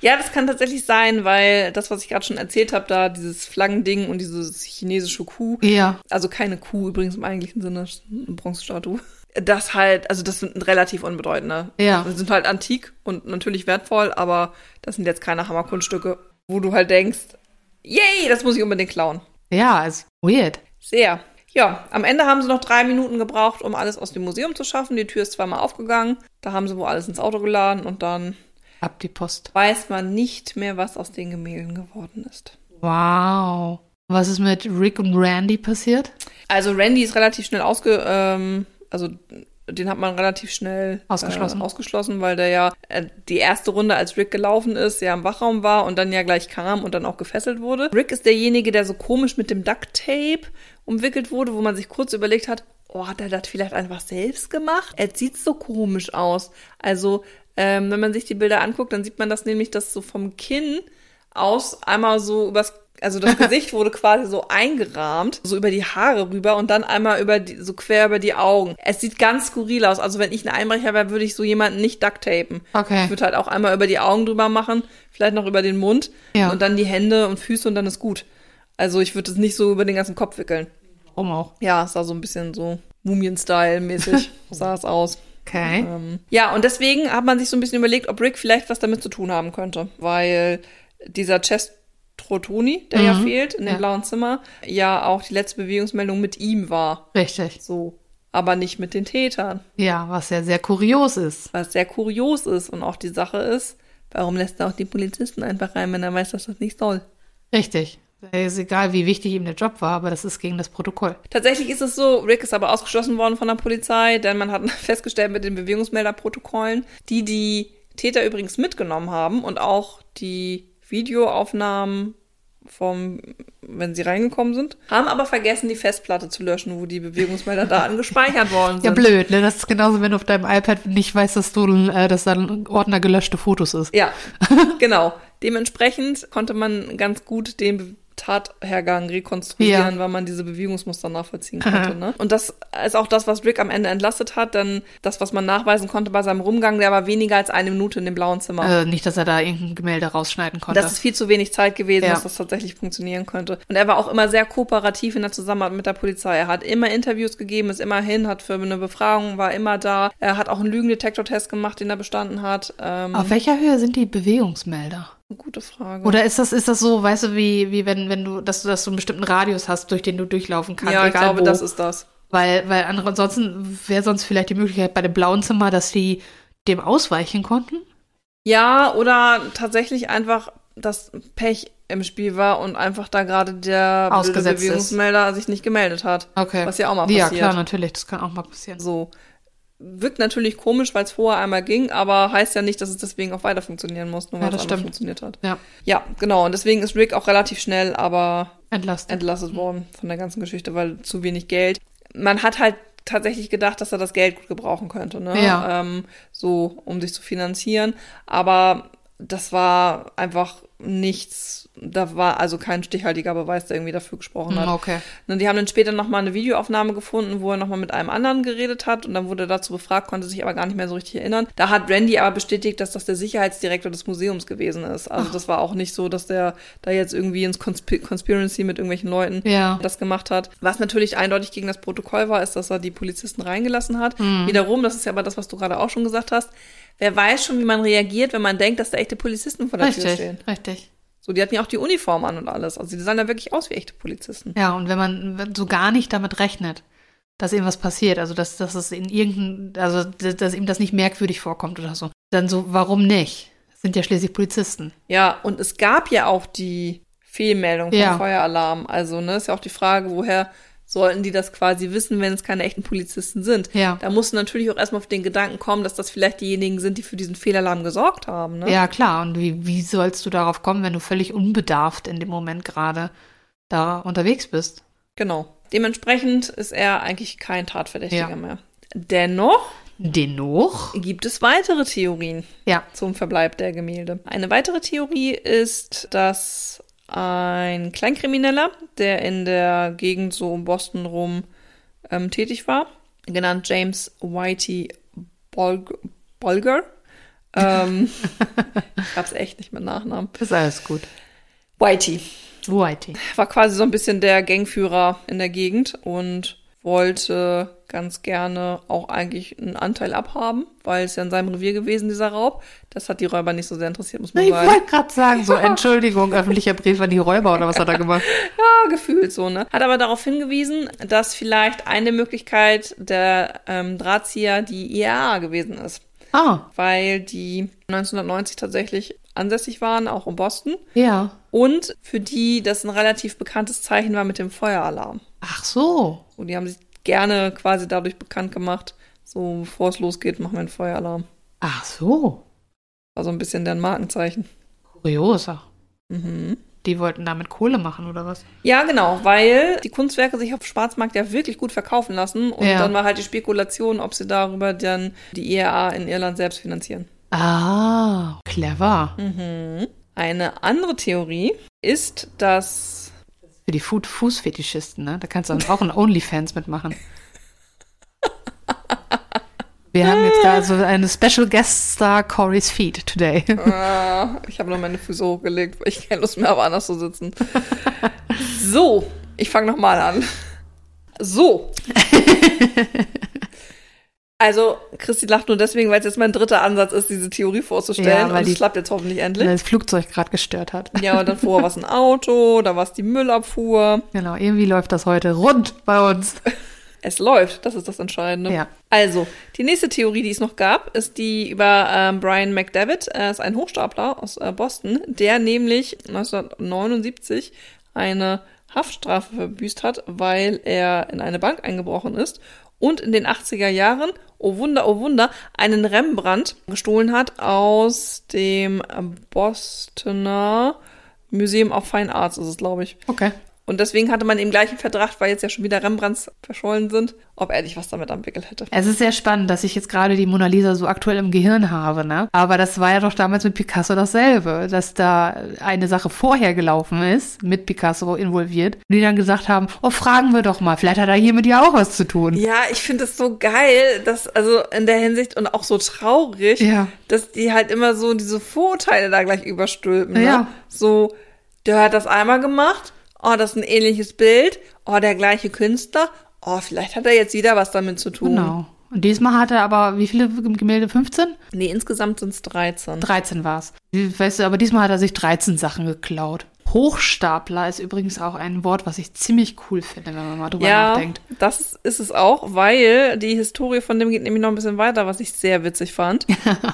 S1: Ja, das kann tatsächlich sein, weil das, was ich gerade schon erzählt habe, da dieses Flaggending und dieses chinesische Kuh,
S2: Ja.
S1: also keine Kuh übrigens im eigentlichen Sinne, das ist eine Bronzestatue. Das halt, also das sind relativ unbedeutende.
S2: Ja.
S1: Die sind halt antik und natürlich wertvoll, aber das sind jetzt keine Hammerkunststücke, wo du halt denkst, yay, das muss ich unbedingt klauen.
S2: Ja, ist weird.
S1: Sehr. Ja, am Ende haben sie noch drei Minuten gebraucht, um alles aus dem Museum zu schaffen. Die Tür ist zweimal aufgegangen. Da haben sie wohl alles ins Auto geladen und dann
S2: Ab die Post.
S1: weiß man nicht mehr, was aus den Gemälden geworden ist.
S2: Wow. Was ist mit Rick und Randy passiert?
S1: Also Randy ist relativ schnell ausge... Ähm, also den hat man relativ schnell
S2: Ausgeschlossen.
S1: Äh, ausgeschlossen, weil der ja äh, die erste Runde, als Rick gelaufen ist, ja im Wachraum war und dann ja gleich kam und dann auch gefesselt wurde. Rick ist derjenige, der so komisch mit dem Duct Tape umwickelt wurde, wo man sich kurz überlegt hat, oh, hat er das vielleicht einfach selbst gemacht? Er sieht so komisch aus. Also ähm, wenn man sich die Bilder anguckt, dann sieht man das nämlich, dass so vom Kinn aus einmal so übers also das Gesicht wurde quasi so eingerahmt, so über die Haare rüber und dann einmal über die, so quer über die Augen. Es sieht ganz skurril aus. Also wenn ich ein Einbrecher wäre, würde ich so jemanden nicht ducktapen.
S2: Okay.
S1: Ich würde halt auch einmal über die Augen drüber machen, vielleicht noch über den Mund
S2: Ja.
S1: und dann die Hände und Füße und dann ist gut. Also ich würde es nicht so über den ganzen Kopf wickeln.
S2: Warum auch?
S1: Ja, es sah so ein bisschen so Mumien-Style-mäßig sah es aus.
S2: Okay.
S1: Ähm, ja, und deswegen hat man sich so ein bisschen überlegt, ob Rick vielleicht was damit zu tun haben könnte, weil dieser Cestrotoni, der ja
S2: Mhm.
S1: fehlt in dem
S2: Ja.
S1: blauen Zimmer, ja auch die letzte Bewegungsmeldung mit ihm war.
S2: Richtig.
S1: So. Aber nicht mit den Tätern,
S2: Ja, was ja sehr kurios ist.
S1: was sehr kurios ist. Und auch die Sache ist, Warum lässt er auch die Polizisten einfach rein, wenn er weiß, dass das nicht soll?
S2: Richtig. Ist egal, wie wichtig ihm der Job war, aber das ist gegen das Protokoll.
S1: Tatsächlich ist es so, Rick ist aber ausgeschlossen worden von der Polizei, denn man hat festgestellt mit den Bewegungsmelderprotokollen, die die Täter übrigens mitgenommen haben und auch die Videoaufnahmen vom, wenn sie reingekommen sind, haben aber vergessen, die Festplatte zu löschen, wo die Bewegungsmelderdaten gespeichert worden sind.
S2: Ja, blöd, ne? Das ist genauso, wenn du auf deinem iPad nicht weißt, dass du, äh, dass da ein Ordner gelöschte Fotos ist.
S1: Ja, genau. Dementsprechend konnte man ganz gut den Be- Tathergang rekonstruieren,
S2: Ja.
S1: weil man diese Bewegungsmuster nachvollziehen konnte. Ne? Und das ist auch das, was Rick am Ende entlastet hat, denn das, was man nachweisen konnte bei seinem Rumgang, der war weniger als eine Minute in dem blauen Zimmer.
S2: Also nicht, dass er da irgendein Gemälde rausschneiden konnte.
S1: Das ist viel zu wenig Zeit gewesen,
S2: Ja.
S1: dass das tatsächlich funktionieren könnte. Und er war auch immer sehr kooperativ in der Zusammenarbeit mit der Polizei. Er hat immer Interviews gegeben, ist immer hin, hat für eine Befragung, war immer da. Er hat auch einen Lügendetektor-Test gemacht, den er bestanden hat. Ähm,
S2: auf welcher Höhe sind die Bewegungsmelder?
S1: gute Frage.
S2: Oder ist das, ist das so, weißt du, wie, wie wenn, wenn du, dass du, dass du einen bestimmten Radius hast, durch den du durchlaufen kannst,
S1: ja, ich
S2: egal
S1: glaube,
S2: wo.
S1: das ist das.
S2: weil, weil andere, ansonsten wäre sonst vielleicht die Möglichkeit bei dem blauen Zimmer, dass die dem ausweichen konnten.
S1: Ja, oder tatsächlich einfach das Pech im Spiel war und einfach da gerade der blöde
S2: Ausgesetzt ist.
S1: Bewegungsmelder sich nicht gemeldet hat.
S2: Okay.
S1: Was ja auch mal
S2: Ja,
S1: passiert.
S2: klar, natürlich, das kann auch mal passieren.
S1: So. Wirkt natürlich komisch, weil es vorher einmal ging, aber heißt ja nicht, dass es deswegen auch weiter funktionieren muss, nur
S2: Ja,
S1: weil
S2: das
S1: es einmal
S2: stimmt.
S1: funktioniert hat.
S2: Ja,
S1: Ja, genau. Und deswegen ist Rick auch relativ schnell, aber
S2: entlastet.
S1: entlastet worden von der ganzen Geschichte, weil zu wenig Geld. Man hat halt tatsächlich gedacht, dass er das Geld gut gebrauchen könnte, ne?
S2: Ja.
S1: Ähm, so, um sich zu finanzieren. Aber das war einfach nichts, da war also kein stichhaltiger Beweis, der irgendwie dafür gesprochen hat.
S2: okay.
S1: Ne, Die haben dann später nochmal eine Videoaufnahme gefunden, wo er nochmal mit einem anderen geredet hat und dann wurde er dazu befragt, konnte sich aber gar nicht mehr so richtig erinnern. Da hat Randy aber bestätigt, dass das der Sicherheitsdirektor des Museums gewesen ist. Also das war auch nicht so, dass der da jetzt irgendwie ins Consp Conspiracy mit irgendwelchen Leuten
S2: Ja.
S1: das gemacht hat. Was natürlich eindeutig gegen das Protokoll war, ist, dass er die Polizisten reingelassen hat.
S2: Mhm.
S1: Wiederum, das ist ja aber das, was du gerade auch schon gesagt hast, wer weiß schon, wie man reagiert, wenn man denkt, dass da echte Polizisten vor der Tür stehen.
S2: Richtig, richtig.
S1: So, die hatten ja auch die Uniform an und alles. Also die sahen da wirklich aus wie echte Polizisten.
S2: Ja, und wenn man wenn so gar nicht damit rechnet, dass irgendwas passiert, also dass, dass es in irgendein, also dass, dass ihm das nicht merkwürdig vorkommt oder so, dann so, warum nicht? Das sind ja schließlich Polizisten.
S1: Ja, und es gab ja auch die Fehlmeldung vom
S2: Ja.
S1: Feueralarm. Also, ne, ist ja auch die Frage, woher sollten die das quasi wissen, wenn es keine echten Polizisten sind?
S2: Ja.
S1: Da musst du natürlich auch erstmal auf den Gedanken kommen, dass das vielleicht diejenigen sind, die für diesen Fehlalarm gesorgt haben, ne?
S2: Ja, klar. Und wie, wie sollst du darauf kommen, wenn du völlig unbedarft in dem Moment gerade da unterwegs bist?
S1: Genau. Dementsprechend ist er eigentlich kein Tatverdächtiger
S2: Ja.
S1: mehr. Dennoch
S2: Dennoch?
S1: gibt es weitere Theorien.
S2: Ja.
S1: zum Verbleib der Gemälde. Eine weitere Theorie ist, dass ein Kleinkrimineller, der in der Gegend so um Boston rum ähm, tätig war, genannt James Whitey Bolg Bolger, ähm, ich hab's echt nicht mit Nachnamen,
S2: Ist alles gut.
S1: Whitey,
S2: Whitey.
S1: war quasi so ein bisschen der Gangführer in der Gegend und wollte ganz gerne auch eigentlich einen Anteil abhaben, weil es ja in seinem Revier gewesen, dieser Raub. Das hat die Räuber nicht so sehr interessiert, muss man
S2: Ich
S1: sagen.
S2: wollte gerade sagen, so Entschuldigung, öffentlicher Brief an die Räuber oder was hat er gemacht?
S1: Ja, gefühlt so, ne? Hat aber darauf hingewiesen, dass vielleicht eine Möglichkeit der ähm, Drahtzieher die IAA gewesen ist,
S2: Ah,
S1: weil die 1990 tatsächlich ansässig waren, auch in Boston,
S2: ja.
S1: und für die das ein relativ bekanntes Zeichen war mit dem Feueralarm.
S2: Ach so.
S1: So, die haben sich gerne quasi dadurch bekannt gemacht, so bevor es losgeht, machen wir einen Feueralarm.
S2: Ach so.
S1: War so ein bisschen deren Markenzeichen.
S2: Kurioser.
S1: Mhm.
S2: Die wollten damit Kohle machen oder was?
S1: Ja, genau, weil die Kunstwerke sich auf dem Schwarzmarkt ja wirklich gut verkaufen lassen und
S2: Ja.
S1: dann war halt die Spekulation, ob sie darüber dann die IAA in Irland selbst finanzieren.
S2: Ah, clever.
S1: Eine andere Theorie ist, dass
S2: Für die Fu- Fußfetischisten, ne? Da kannst du dann auch ein OnlyFans mitmachen. Wir haben jetzt gerade so eine Special Guest Star Corey's Feet today.
S1: Ah, ich habe noch meine Füße hochgelegt, weil ich keine Lust mehr habe, anders zu sitzen. So, ich fange nochmal an. So. Also, Christi lacht nur deswegen, weil es jetzt mein dritter Ansatz ist, diese Theorie vorzustellen.
S2: Ja, weil
S1: und es
S2: die-
S1: klappt jetzt hoffentlich endlich.
S2: Weil das Flugzeug gerade gestört hat.
S1: Ja, und dann vorher war es ein Auto, da war es die Müllabfuhr.
S2: Genau, irgendwie läuft das heute rund bei uns.
S1: Es läuft, das ist das Entscheidende.
S2: Ja.
S1: Also, die nächste Theorie, die es noch gab, ist die über ähm, Brian McDevitt. Er ist ein Hochstapler aus äh, Boston, der nämlich 1979 eine Haftstrafe verbüßt hat, weil er in eine Bank eingebrochen ist und in den 80er Jahren, oh Wunder, oh Wunder, einen Rembrandt gestohlen hat aus dem Bostoner Museum of Fine Arts, ist es, glaube ich.
S2: Okay.
S1: Und deswegen hatte man im gleichen Verdacht, weil jetzt ja schon wieder Rembrandts verschollen sind, ob er nicht was damit am Wickel hätte.
S2: Es ist sehr spannend, dass ich jetzt gerade die Mona Lisa so aktuell im Gehirn habe, ne? Aber das war ja doch damals mit Picasso dasselbe, dass da eine Sache vorher gelaufen ist, mit Picasso involviert, und die dann gesagt haben, oh, fragen wir doch mal, vielleicht hat er hiermit ja auch was zu tun.
S1: Ja, ich finde das so geil, dass, also in der Hinsicht und auch so traurig,
S2: Ja.
S1: dass die halt immer so diese Vorurteile da gleich überstülpen. Ne?
S2: Ja.
S1: So, der hat das einmal gemacht, oh, das ist ein ähnliches Bild, oh, der gleiche Künstler, oh, vielleicht hat er jetzt wieder was damit zu tun.
S2: Genau. Und diesmal hat er aber, wie viele Gemälde? 15?
S1: Nee, insgesamt sind es 13.
S2: 13 war's. Weißt du, aber diesmal hat er sich 13 Sachen geklaut. Hochstapler ist übrigens auch ein Wort, was ich ziemlich cool finde, wenn man mal drüber
S1: Ja,
S2: nachdenkt.
S1: das ist es auch, weil die Historie von dem geht nämlich noch ein bisschen weiter, was ich sehr witzig fand.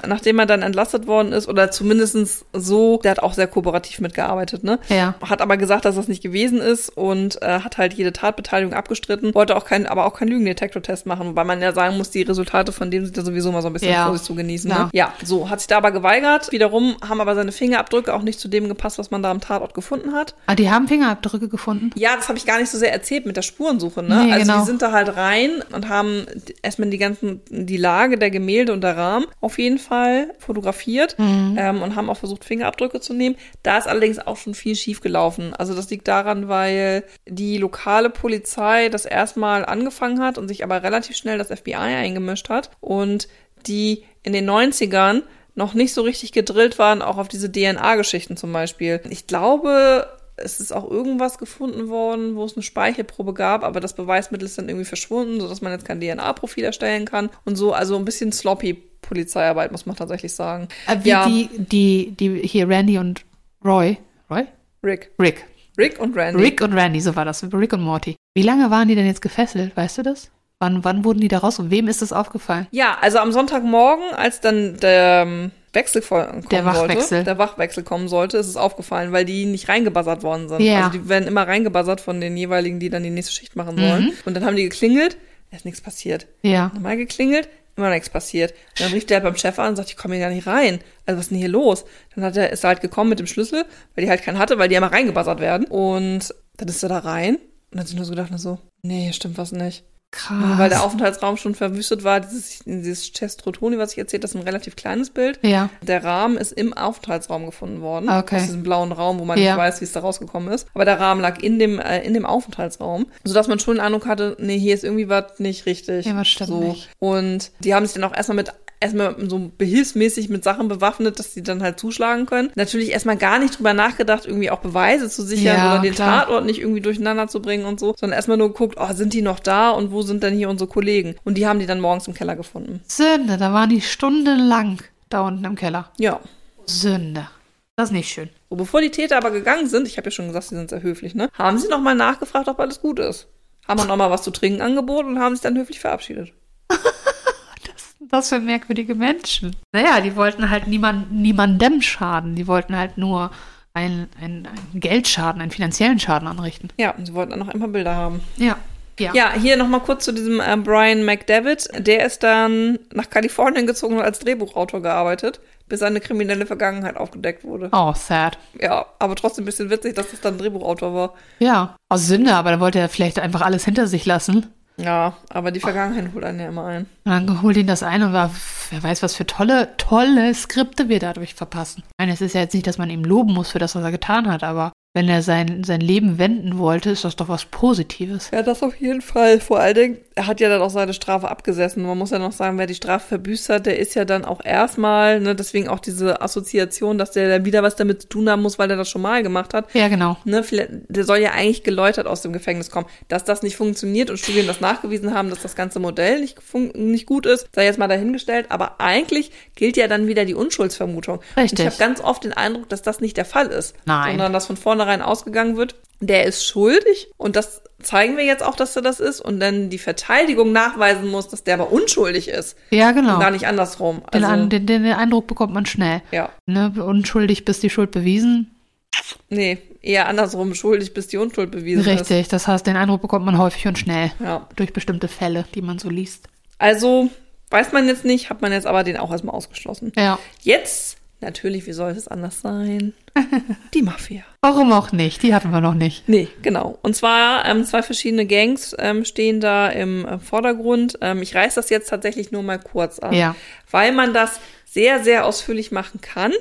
S1: Nachdem er dann entlastet worden ist, oder zumindestens so, der hat auch sehr kooperativ mitgearbeitet, ne?
S2: Ja.
S1: Hat aber gesagt, dass das nicht gewesen ist und äh, hat halt jede Tatbeteiligung abgestritten, wollte auch keinen, aber auch keinen Lügendetektortest machen, weil man ja sagen muss, die Resultate von dem sind ja sowieso mal so ein bisschen
S2: Ja.
S1: vor sich zu genießen.
S2: Ja.
S1: Ne? Ja, so, hat sich da aber geweigert. Wiederum haben aber seine Fingerabdrücke auch nicht zu dem gepasst, was man da am Tatort gefunden hat.
S2: Ah, die haben Fingerabdrücke gefunden?
S1: Ja, das habe ich gar nicht so sehr erzählt mit der Spurensuche. Ne?
S2: Nee,
S1: also
S2: genau.
S1: die sind da halt rein und haben erstmal die ganzen, die Lage der Gemälde und der Rahmen auf jeden Fall fotografiert
S2: Mhm.
S1: ähm, und haben auch versucht, Fingerabdrücke zu nehmen. Da ist allerdings auch schon viel schief gelaufen. Also das liegt daran, weil die lokale Polizei das erstmal angefangen hat und sich aber relativ schnell das FBI eingemischt hat und die in den 90ern noch nicht so richtig gedrillt waren, auch auf diese DNA-Geschichten zum Beispiel. Ich glaube, es ist auch irgendwas gefunden worden, wo es eine Speichelprobe gab, aber das Beweismittel ist dann irgendwie verschwunden, sodass man jetzt kein DNA-Profil erstellen kann und so. Also ein bisschen sloppy Polizeiarbeit, muss man tatsächlich sagen.
S2: Äh, Wie
S1: ja,
S2: die, die, die, hier Randy und Roy. Roy?
S1: Rick.
S2: Rick.
S1: Rick und Randy.
S2: Rick und Randy, so war das. Rick und Morty. Wie lange waren die denn jetzt gefesselt? Weißt du das? Wann, wann wurden die da raus und wem ist das aufgefallen?
S1: Ja, also am Sonntagmorgen, als dann der ähm, Wechsel vor- kommen
S2: Der Wachwechsel.
S1: sollte, der Wachwechsel kommen sollte, ist es aufgefallen, weil die nicht reingebuzzert worden sind.
S2: Ja.
S1: Also die werden immer reingebuzzert von den jeweiligen, die dann die nächste Schicht
S2: Mhm.
S1: machen sollen. Und dann haben die geklingelt, da ist nichts passiert.
S2: Ja.
S1: Nochmal geklingelt, immer noch nichts passiert. Und dann rief der beim Chef an und sagt, ich komme hier gar nicht rein. Also was ist denn hier los? Dann hat er, ist er halt gekommen mit dem Schlüssel, weil die halt keinen hatte, weil die ja mal reingebuzzert werden. Und dann ist er da rein und dann sind nur so gedacht, na so, nee, hier stimmt was nicht.
S2: Krass.
S1: Weil der Aufenthaltsraum schon verwüstet war. Dieses, dieses Chestrotoni, was ich erzählt, das ist ein relativ kleines Bild.
S2: ja.
S1: Der Rahmen ist im Aufenthaltsraum gefunden worden.
S2: Ah, Okay.
S1: Aus diesem blauen Raum, wo man
S2: Ja.
S1: nicht weiß, wie es da rausgekommen ist. Aber der Rahmen lag in dem, äh, in dem Aufenthaltsraum, sodass man schon den Eindruck hatte, nee, hier ist irgendwie was nicht richtig.
S2: Ja, was stimmt
S1: so.
S2: nicht.
S1: Und die haben sich dann auch erstmal mit erstmal so behilfsmäßig mit Sachen bewaffnet, dass sie dann halt zuschlagen können. Natürlich erstmal gar nicht drüber nachgedacht, irgendwie auch Beweise zu sichern
S2: Ja,
S1: oder den
S2: klar.
S1: Tatort nicht irgendwie durcheinander zu bringen und so, sondern erstmal nur geguckt, oh, sind die noch da und wo sind denn hier unsere Kollegen? Und die haben die dann morgens im Keller gefunden.
S2: Sünde, da waren die stundenlang da unten im Keller.
S1: Ja.
S2: Sünde. Das ist nicht schön.
S1: So, bevor die Täter aber gegangen sind, ich habe ja schon gesagt, sie sind sehr höflich, ne? Haben sie nochmal nachgefragt, ob alles gut ist. Haben auch nochmal was zu trinken angeboten und haben sich dann höflich verabschiedet.
S2: Was für merkwürdige Menschen. Naja, die wollten halt niemand, niemandem schaden. Die wollten halt nur einen, einen, einen Geldschaden, einen finanziellen Schaden anrichten.
S1: Ja, und sie wollten dann noch einmal Bilder haben.
S2: Ja. Ja.
S1: Ja, hier nochmal kurz zu diesem äh, Brian McDevitt. Der ist dann nach Kalifornien gezogen und als Drehbuchautor gearbeitet, bis seine kriminelle Vergangenheit aufgedeckt wurde.
S2: Oh, sad.
S1: Ja, aber trotzdem ein bisschen witzig, dass es dann Drehbuchautor war.
S2: Ja. Aus Sünde, aber da wollte er vielleicht einfach alles hinter sich lassen.
S1: Ja, aber die Vergangenheit holt einen ja immer ein.
S2: Und dann holt ihn das ein und war, wer weiß, was für tolle, tolle Skripte wir dadurch verpassen. Ich meine, es ist ja jetzt nicht, dass man ihm loben muss für das, was er getan hat, aber wenn er sein, sein Leben wenden wollte, ist das doch was Positives.
S1: Ja, das auf jeden Fall. Vor allen Dingen, er hat ja dann auch seine Strafe abgesessen. Man muss ja noch sagen, wer die Strafe verbüßt hat, der ist ja dann auch erstmal, ne, deswegen auch diese Assoziation, dass der dann wieder was damit zu tun haben muss, weil er das schon mal gemacht hat.
S2: Ja, genau.
S1: Ne, vielleicht- der soll ja eigentlich geläutert aus dem Gefängnis kommen. Dass das nicht funktioniert und Studien das nachgewiesen haben, dass das ganze Modell nicht, fun- nicht gut ist, sei jetzt mal dahingestellt. Aber eigentlich gilt ja dann wieder die Unschuldsvermutung. Und
S2: Richtig.
S1: ich habe ganz oft den Eindruck, dass das nicht der Fall ist.
S2: Nein.
S1: Sondern dass von vornherein ausgegangen wird, der ist schuldig und das zeigen wir jetzt auch, dass er das ist und dann die Verteidigung nachweisen muss, dass der aber unschuldig ist
S2: Ja, genau.
S1: und gar nicht andersrum.
S2: Den,
S1: Also,
S2: An- den, den Eindruck bekommt man schnell.
S1: ja,
S2: Ne? Unschuldig, bis die Schuld bewiesen.
S1: nee, eher andersrum schuldig, bis die Unschuld bewiesen ist.
S2: Richtig, das heißt, den Eindruck bekommt man häufig und schnell.
S1: Ja.
S2: Durch bestimmte Fälle, die man so liest.
S1: Also weiß man jetzt nicht, hat man jetzt aber den auch erstmal ausgeschlossen.
S2: Ja.
S1: Jetzt, natürlich, wie sollte es anders sein? Die Mafia.
S2: Warum auch nicht? Die hatten wir noch nicht.
S1: Nee, genau. Und zwar ähm, zwei verschiedene Gangs ähm, stehen da im äh, Vordergrund. Ähm, ich reiß das jetzt tatsächlich nur mal kurz an,
S2: Ja.
S1: weil man das sehr, sehr ausführlich machen kann.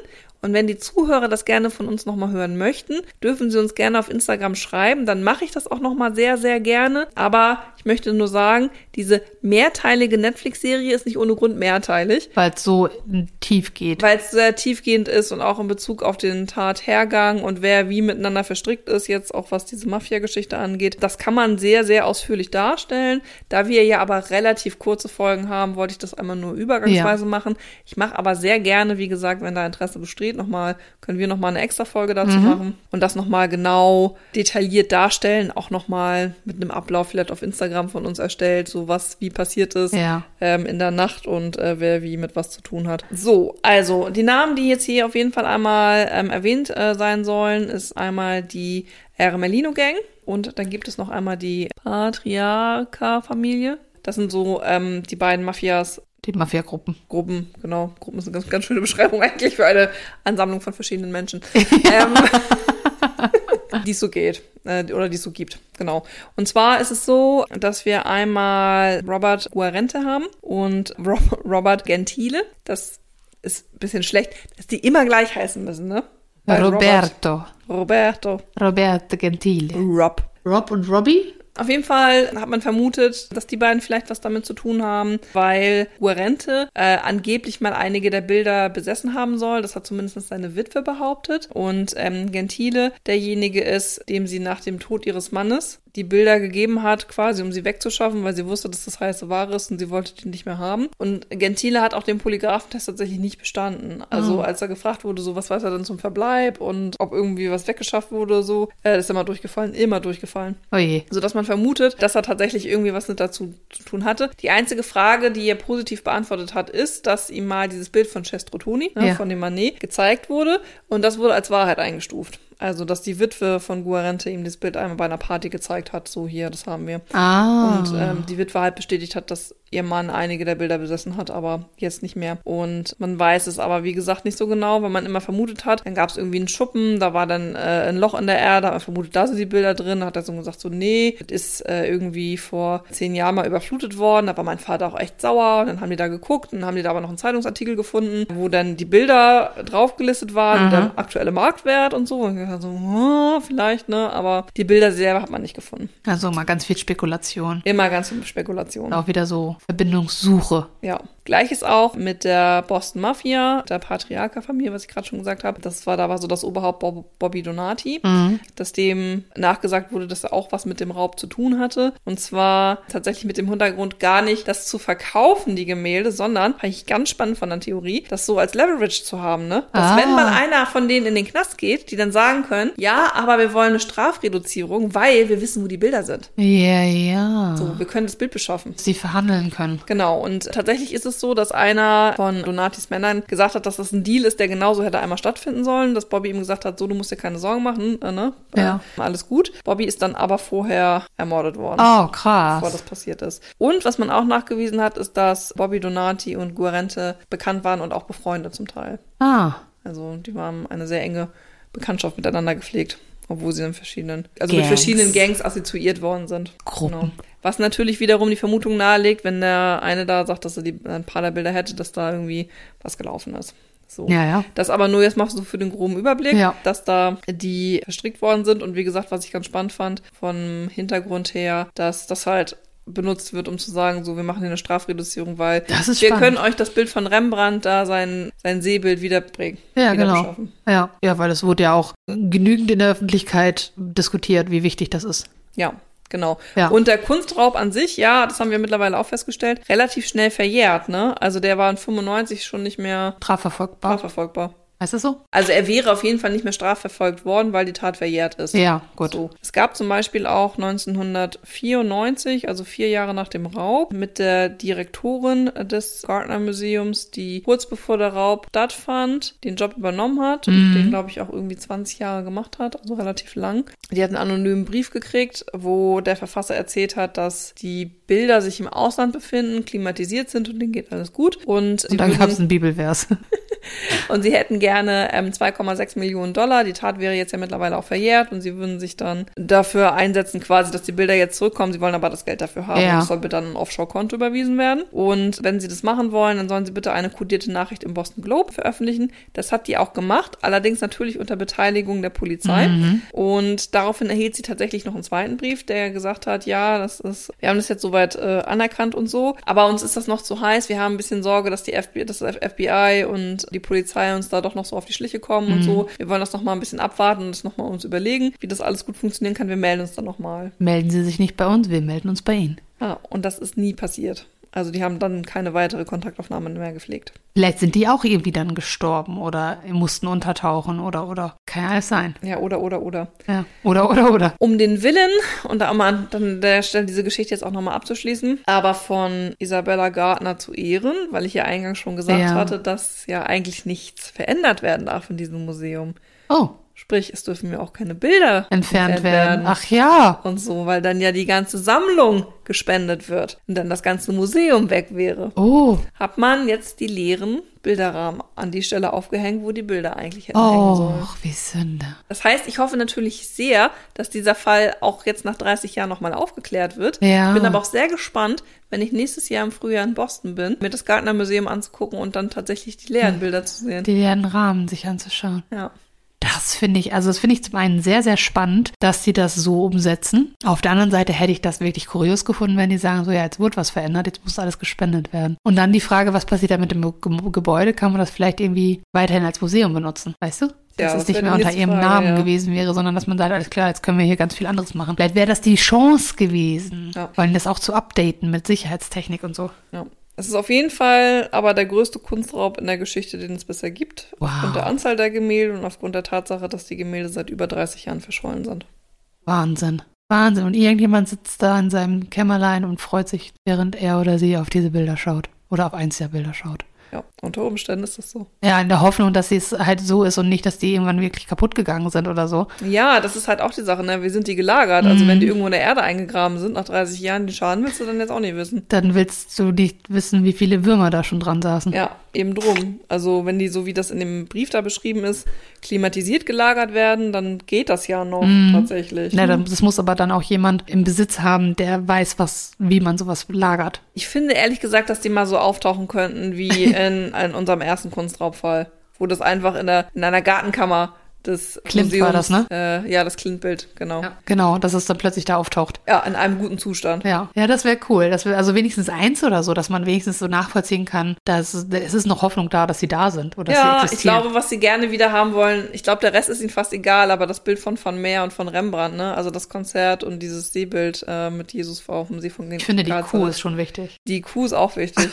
S1: Und wenn die Zuhörer das gerne von uns nochmal hören möchten, dürfen sie uns gerne auf Instagram schreiben. Dann mache ich das auch nochmal sehr, sehr gerne. Aber ich möchte nur sagen, diese mehrteilige Netflix-Serie ist nicht ohne Grund mehrteilig
S2: Weil es so tief geht.
S1: weil es sehr tiefgehend ist und auch in Bezug auf den Tathergang und wer wie miteinander verstrickt ist, jetzt auch was diese Mafia-Geschichte angeht. Das kann man sehr, sehr ausführlich darstellen. Da wir ja aber relativ kurze Folgen haben, wollte ich das einmal nur übergangsweise machen. Ich mache aber sehr gerne, wie gesagt, wenn da Interesse besteht, nochmal, können wir nochmal eine extra Folge dazu machen und das nochmal genau detailliert darstellen, auch nochmal mit einem Ablauf vielleicht auf Instagram von uns erstellt, so was wie passiert ist
S2: Ja.
S1: ähm, in der Nacht und äh, wer wie mit was zu tun hat. So, also die Namen, die jetzt hier auf jeden Fall einmal ähm, erwähnt äh, sein sollen, ist einmal die Ermelino Gang und dann gibt es noch einmal die Patriarcha-Familie. Das sind so ähm, die beiden Mafias.
S2: Die Mafia-Gruppen.
S1: Gruppen, genau. Gruppen ist eine ganz, ganz schöne Beschreibung eigentlich für eine Ansammlung von verschiedenen Menschen. ähm, die es so geht äh, oder die es so gibt, genau. Und zwar ist es so, dass wir einmal Robert Guarente haben und Rob Robert Gentile. Das ist ein bisschen schlecht, dass die immer gleich heißen müssen, ne? Bei
S2: Roberto.
S1: Robert, Roberto,
S2: Roberto Gentile.
S1: Rob.
S2: Rob und Robbie?
S1: Auf jeden Fall hat man vermutet, dass die beiden vielleicht was damit zu tun haben, weil Guarente äh, angeblich mal einige der Bilder besessen haben soll. Das hat zumindest seine Witwe behauptet. Und ähm, Gentile derjenige ist, dem sie nach dem Tod ihres Mannes die Bilder gegeben hat, quasi um sie wegzuschaffen, weil sie wusste, dass das heiße Ware ist und sie wollte die nicht mehr haben. Und Gentile hat auch den Polygraphentest tatsächlich nicht bestanden. Also als er gefragt wurde, so was weiß er denn zum Verbleib und ob irgendwie was weggeschafft wurde, so, äh, ist er mal durchgefallen, immer durchgefallen
S2: Oje.
S1: sodass man vermutet, dass er tatsächlich irgendwie was mit dazu zu tun hatte. Die einzige Frage, die er positiv beantwortet hat, ist, dass ihm mal dieses Bild von Cestro Toni, ne,
S2: Ja.
S1: von dem Manet, gezeigt wurde und das wurde als Wahrheit eingestuft. Also, dass die Witwe von Guarente ihm das Bild einmal bei einer Party gezeigt hat, so hier, das haben wir.
S2: Ah.
S1: Und ähm, die Witwe halt bestätigt hat, dass ihr Mann einige der Bilder besessen hat, aber jetzt nicht mehr. Und man weiß es aber, wie gesagt, nicht so genau, weil man immer vermutet hat, dann gab es irgendwie einen Schuppen, da war dann äh, ein Loch in der Erde, hat man vermutet, da sind die Bilder drin, hat er so gesagt, so nee, das ist äh, irgendwie vor zehn Jahren mal überflutet worden, da war mein Vater auch echt sauer und dann haben die da geguckt und dann haben die da aber noch einen Zeitungsartikel gefunden, wo dann die Bilder draufgelistet waren und
S2: Aha.
S1: der aktuelle Marktwert und so. Und ich dachte so, hm, vielleicht, ne, aber die Bilder selber hat man nicht gefunden.
S2: also mal ganz viel Spekulation.
S1: Immer ganz viel Spekulation.
S2: Auch wieder so Verbindungssuche.
S1: Ja. Gleiches auch mit der Boston Mafia, der Patriarcha-Familie, was ich gerade schon gesagt habe. Das war da war so das Oberhaupt Bob, Bobby Donati, dass dem nachgesagt wurde, dass er auch was mit dem Raub zu tun hatte. Und zwar tatsächlich mit dem Hintergrund gar nicht, das zu verkaufen, die Gemälde, sondern, fand ich ganz spannend von der Theorie, das so als Leverage zu haben, ne? Dass
S2: Ah.
S1: wenn mal einer von denen in den Knast geht, die dann sagen können, ja, aber wir wollen eine Strafreduzierung, weil wir wissen, wo die Bilder sind.
S2: Ja, ja.
S1: So, wir können das Bild beschaffen.
S2: Dass Sie verhandeln können.
S1: Genau, und tatsächlich ist es so, dass einer von Donatis Männern gesagt hat, dass das ein Deal ist, der genauso hätte einmal stattfinden sollen, dass Bobby ihm gesagt hat, so, du musst dir keine Sorgen machen, äh, ne?
S2: Ja.
S1: Äh, alles gut. Bobby ist dann aber vorher ermordet worden.
S2: Oh,
S1: Bevor
S2: krass.
S1: das passiert ist. Und was man auch nachgewiesen hat, ist, dass Bobby Donati und Guarente bekannt waren und auch befreundet zum Teil.
S2: Ah,
S1: Also die waren eine sehr enge Bekanntschaft miteinander gepflegt, obwohl sie in verschiedenen, also mit
S2: Gangs.
S1: verschiedenen Gangs assoziiert worden sind. Genau.
S2: Gruppen.
S1: Was natürlich wiederum die Vermutung nahelegt, wenn der eine da sagt, dass er die, ein paar der Bilder hätte, dass da irgendwie was gelaufen ist. So.
S2: Ja, ja.
S1: Das aber nur jetzt machst du für den groben Überblick,
S2: Ja.
S1: dass da die verstrickt worden sind. Und wie gesagt, was ich ganz spannend fand, vom Hintergrund her, dass das halt benutzt wird, um zu sagen, so, wir machen hier eine Strafreduzierung, weil
S2: Das ist
S1: wir können
S2: spannend.
S1: euch das Bild von Rembrandt, da sein, sein Seebild wiederbringen.
S2: Ja,
S1: wieder
S2: genau.
S1: beschaffen.
S2: Ja. ja, weil es wurde ja auch genügend in der Öffentlichkeit diskutiert, wie wichtig das ist.
S1: Ja, genau.
S2: Ja.
S1: Und der Kunstraub an sich, ja, das haben wir mittlerweile auch festgestellt, relativ schnell verjährt, ne? Also der war in 95 schon nicht mehr
S2: Strafverfolgbar.
S1: verfolgbar.
S2: Heißt das so?
S1: Also er wäre auf jeden Fall nicht mehr strafverfolgt worden, weil die Tat verjährt ist.
S2: Ja, gut.
S1: So. Es gab zum Beispiel auch 1994, also vier Jahre nach dem Raub, mit der Direktorin des Gardner Museums, die kurz bevor der Raub stattfand, den Job übernommen hat und
S2: Mhm.
S1: den, glaube ich, auch irgendwie 20 Jahre gemacht hat, also relativ lang. Die hat einen anonymen Brief gekriegt, wo der Verfasser erzählt hat, dass die Bilder sich im Ausland befinden, klimatisiert sind und denen geht alles gut. Und, sie
S2: Und dann
S1: würden-
S2: gab es einen Bibelvers.
S1: und sie hätten gerne ähm, 2,6 Millionen Dollar. Die Tat wäre jetzt ja mittlerweile auch verjährt und sie würden sich dann dafür einsetzen, quasi, dass die Bilder jetzt zurückkommen. Sie wollen aber das Geld dafür haben.
S2: Ja.
S1: Und es soll bitte dann ein Offshore-Konto überwiesen werden. Und wenn sie das machen wollen, dann sollen sie bitte eine kodierte Nachricht im Boston Globe veröffentlichen. Das hat die auch gemacht, allerdings natürlich unter Beteiligung der Polizei. Und daraufhin erhielt sie tatsächlich noch einen zweiten Brief, der gesagt hat, ja, das ist, wir haben das jetzt soweit äh, anerkannt und so, aber uns ist das noch zu heiß. Wir haben ein bisschen Sorge, dass die FBI, dass das FBI und die Polizei uns da doch noch so auf die Schliche kommen und so. Wir wollen das noch mal ein bisschen abwarten und das noch mal uns überlegen, wie das alles gut funktionieren kann. Wir melden uns dann noch mal.
S2: melden Sie sich nicht bei uns, wir melden uns bei Ihnen.
S1: Ah, und das ist nie passiert. Also die haben dann keine weitere Kontaktaufnahme mehr gepflegt.
S2: Vielleicht sind die auch irgendwie dann gestorben oder mussten untertauchen oder oder. Kann ja alles sein.
S1: Ja, oder, oder, oder.
S2: Ja. Oder oder oder.
S1: um den Willen, und da mal an dann der Stelle diese Geschichte jetzt auch nochmal abzuschließen, aber von Isabella Gardner zu Ehren, weil ich ja eingangs schon gesagt
S2: Ja.
S1: hatte, dass ja eigentlich nichts verändert werden darf in diesem Museum.
S2: Oh,
S1: Sprich, es dürfen ja auch keine Bilder
S2: entfernt werden. Ach ja.
S1: und so, weil dann ja die ganze Sammlung gespendet wird und dann das ganze Museum weg wäre.
S2: Oh.
S1: Hat man jetzt die leeren Bilderrahmen an die Stelle aufgehängt, wo die Bilder eigentlich hätten hängen
S2: Oh,
S1: sollen.
S2: wie Sünde.
S1: Das heißt, ich hoffe natürlich sehr, dass dieser Fall auch jetzt nach 30 Jahren nochmal aufgeklärt wird.
S2: Ja.
S1: Ich bin aber auch sehr gespannt, wenn ich nächstes Jahr im Frühjahr in Boston bin, mir das Gardner Museum anzugucken und dann tatsächlich die leeren Bilder zu sehen.
S2: Hm. Die leeren Rahmen sich anzuschauen.
S1: Ja.
S2: Das finde ich, also das finde ich zum einen sehr, sehr spannend, dass sie das so umsetzen. Auf der anderen Seite hätte ich das wirklich kurios gefunden, wenn die sagen, so ja, jetzt wurde was verändert, jetzt muss alles gespendet werden. Und dann die Frage, was passiert da mit dem Ge- Gebäude? Kann man das vielleicht irgendwie weiterhin als Museum benutzen? Weißt du?
S1: Ja,
S2: Dass
S1: das
S2: es nicht
S1: wäre
S2: mehr
S1: die
S2: unter
S1: nächste
S2: ihrem
S1: Frage,
S2: Namen
S1: ja.
S2: gewesen wäre, sondern dass man sagt, alles klar, jetzt können wir hier ganz viel anderes machen. Vielleicht wäre das die Chance gewesen,
S1: Ja.
S2: weil das auch zu updaten mit Sicherheitstechnik und so.
S1: ja. Es ist auf jeden Fall aber der größte Kunstraub in der Geschichte, den es bisher gibt.
S2: Wow.
S1: Aufgrund der Anzahl der Gemälde und aufgrund der Tatsache, dass die Gemälde seit über 30 Jahren verschollen sind.
S2: Wahnsinn. Wahnsinn. Und irgendjemand sitzt da in seinem Kämmerlein und freut sich, während er oder sie auf diese Bilder schaut. Oder auf eins der Bilder schaut.
S1: Ja, unter Umständen ist das so.
S2: Ja, in der Hoffnung, dass es halt so ist und nicht, dass die irgendwann wirklich kaputt gegangen sind oder so.
S1: Ja, das ist halt auch die Sache, ne? Wie sind die gelagert? Also,
S2: Mhm.
S1: wenn die irgendwo in der Erde eingegraben sind, nach 30 Jahren, den Schaden willst du dann jetzt auch nicht wissen.
S2: Dann willst du nicht wissen, wie viele Würmer da schon dran saßen.
S1: Ja, eben drum. Also wenn die so wie das in dem Brief da beschrieben ist, klimatisiert gelagert werden, dann geht das ja noch tatsächlich.
S2: Mhm. Na, dann, das muss aber dann auch jemand im Besitz haben, der weiß, was, wie man sowas lagert.
S1: Ich finde ehrlich gesagt, dass die mal so auftauchen könnten wie in, in unserem ersten Kunstraubfall, wo das einfach in, der, in einer Gartenkammer des
S2: Klimt
S1: Museums,
S2: war das, ne?
S1: Äh, ja, das Klintbild, genau. Ja.
S2: Genau, dass es dann plötzlich da auftaucht.
S1: in einem guten Zustand.
S2: Ja, ja, das wäre cool. Das wär, also wenigstens eins oder so, dass man wenigstens so nachvollziehen kann, dass es ist noch Hoffnung da, dass sie da sind oder dass sie
S1: Ja, ich
S2: existieren.
S1: glaube, was sie gerne wieder haben wollen, ich glaube, der Rest ist ihnen fast egal, aber das Bild von Van Meer und von Rembrandt, ne? Also das Konzert und dieses Seebild äh, mit Jesus auf dem See von
S2: Ich finde, die Kuh ist schon wichtig.
S1: Die Kuh ist auch wichtig.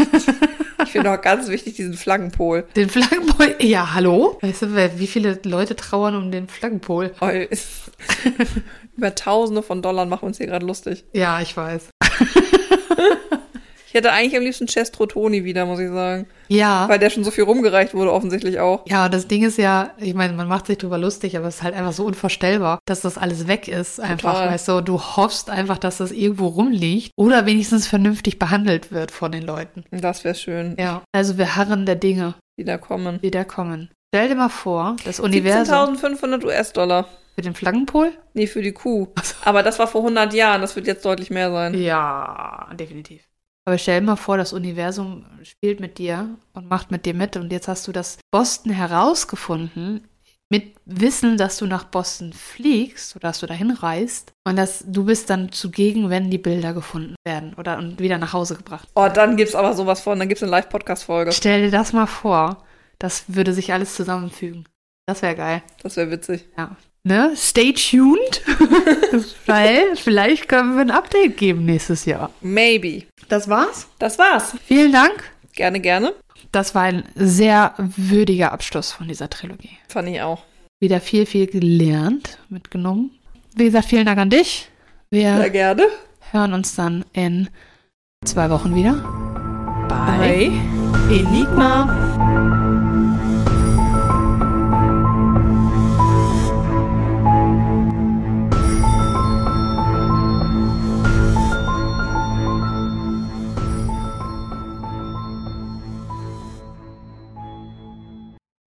S1: ich finde auch ganz wichtig diesen Flaggenpol.
S2: Den Flaggenpol. Ja, hallo? Weißt du, wer, wie viele Leute trauern um den Flaggenpol?
S1: Oh, ist- Über Tausende von Dollar machen wir uns hier gerade lustig.
S2: Ja, ich weiß.
S1: Ich hätte eigentlich am liebsten Chestro Toni wieder, muss ich sagen.
S2: Ja.
S1: Weil der schon so viel rumgereicht wurde, offensichtlich auch.
S2: Ja, das Ding ist ja, ich meine, man macht sich drüber lustig, aber es ist halt einfach so unvorstellbar, dass das alles weg ist. Einfach,
S1: Total.
S2: weißt du, du hoffst einfach, dass das irgendwo rumliegt oder wenigstens vernünftig behandelt wird von den Leuten.
S1: Das wäre schön.
S2: Ja. Also wir harren der Dinge,
S1: Wiederkommen.
S2: die da kommen. Stell dir mal vor, das Universum
S1: 17.500 US-Dollar.
S2: mit dem Flaggenpol?
S1: Nee, für die Kuh. Aber das war vor 100 Jahren. Das wird jetzt deutlich mehr sein.
S2: Ja, definitiv. Hm. Aber stell dir mal vor, das Universum spielt mit dir und macht mit dir mit. Und jetzt hast du das Boston herausgefunden, mit Wissen, dass du nach Boston fliegst oder dass du dahin reist. Und dass du bist dann zugegen, wenn die Bilder gefunden werden oder und wieder nach Hause gebracht.
S1: Oh, dann gibt's aber sowas von. Dann gibt's eine Live-Podcast-Folge.
S2: Stell dir das mal vor, das würde sich alles zusammenfügen. Das wäre geil.
S1: Das wäre witzig.
S2: Ja. Ne? Stay tuned, weil vielleicht können wir ein Update geben nächstes Jahr.
S1: Maybe.
S2: Das war's.
S1: Das war's.
S2: Vielen Dank.
S1: Gerne, gerne.
S2: Das war ein sehr würdiger Abschluss von dieser Trilogie.
S1: Fand ich auch.
S2: Wieder viel, viel gelernt, mitgenommen. Wie gesagt, vielen Dank an dich. Wir
S1: Sehr gerne.
S2: hören uns dann in zwei Wochen wieder.
S1: Enigma.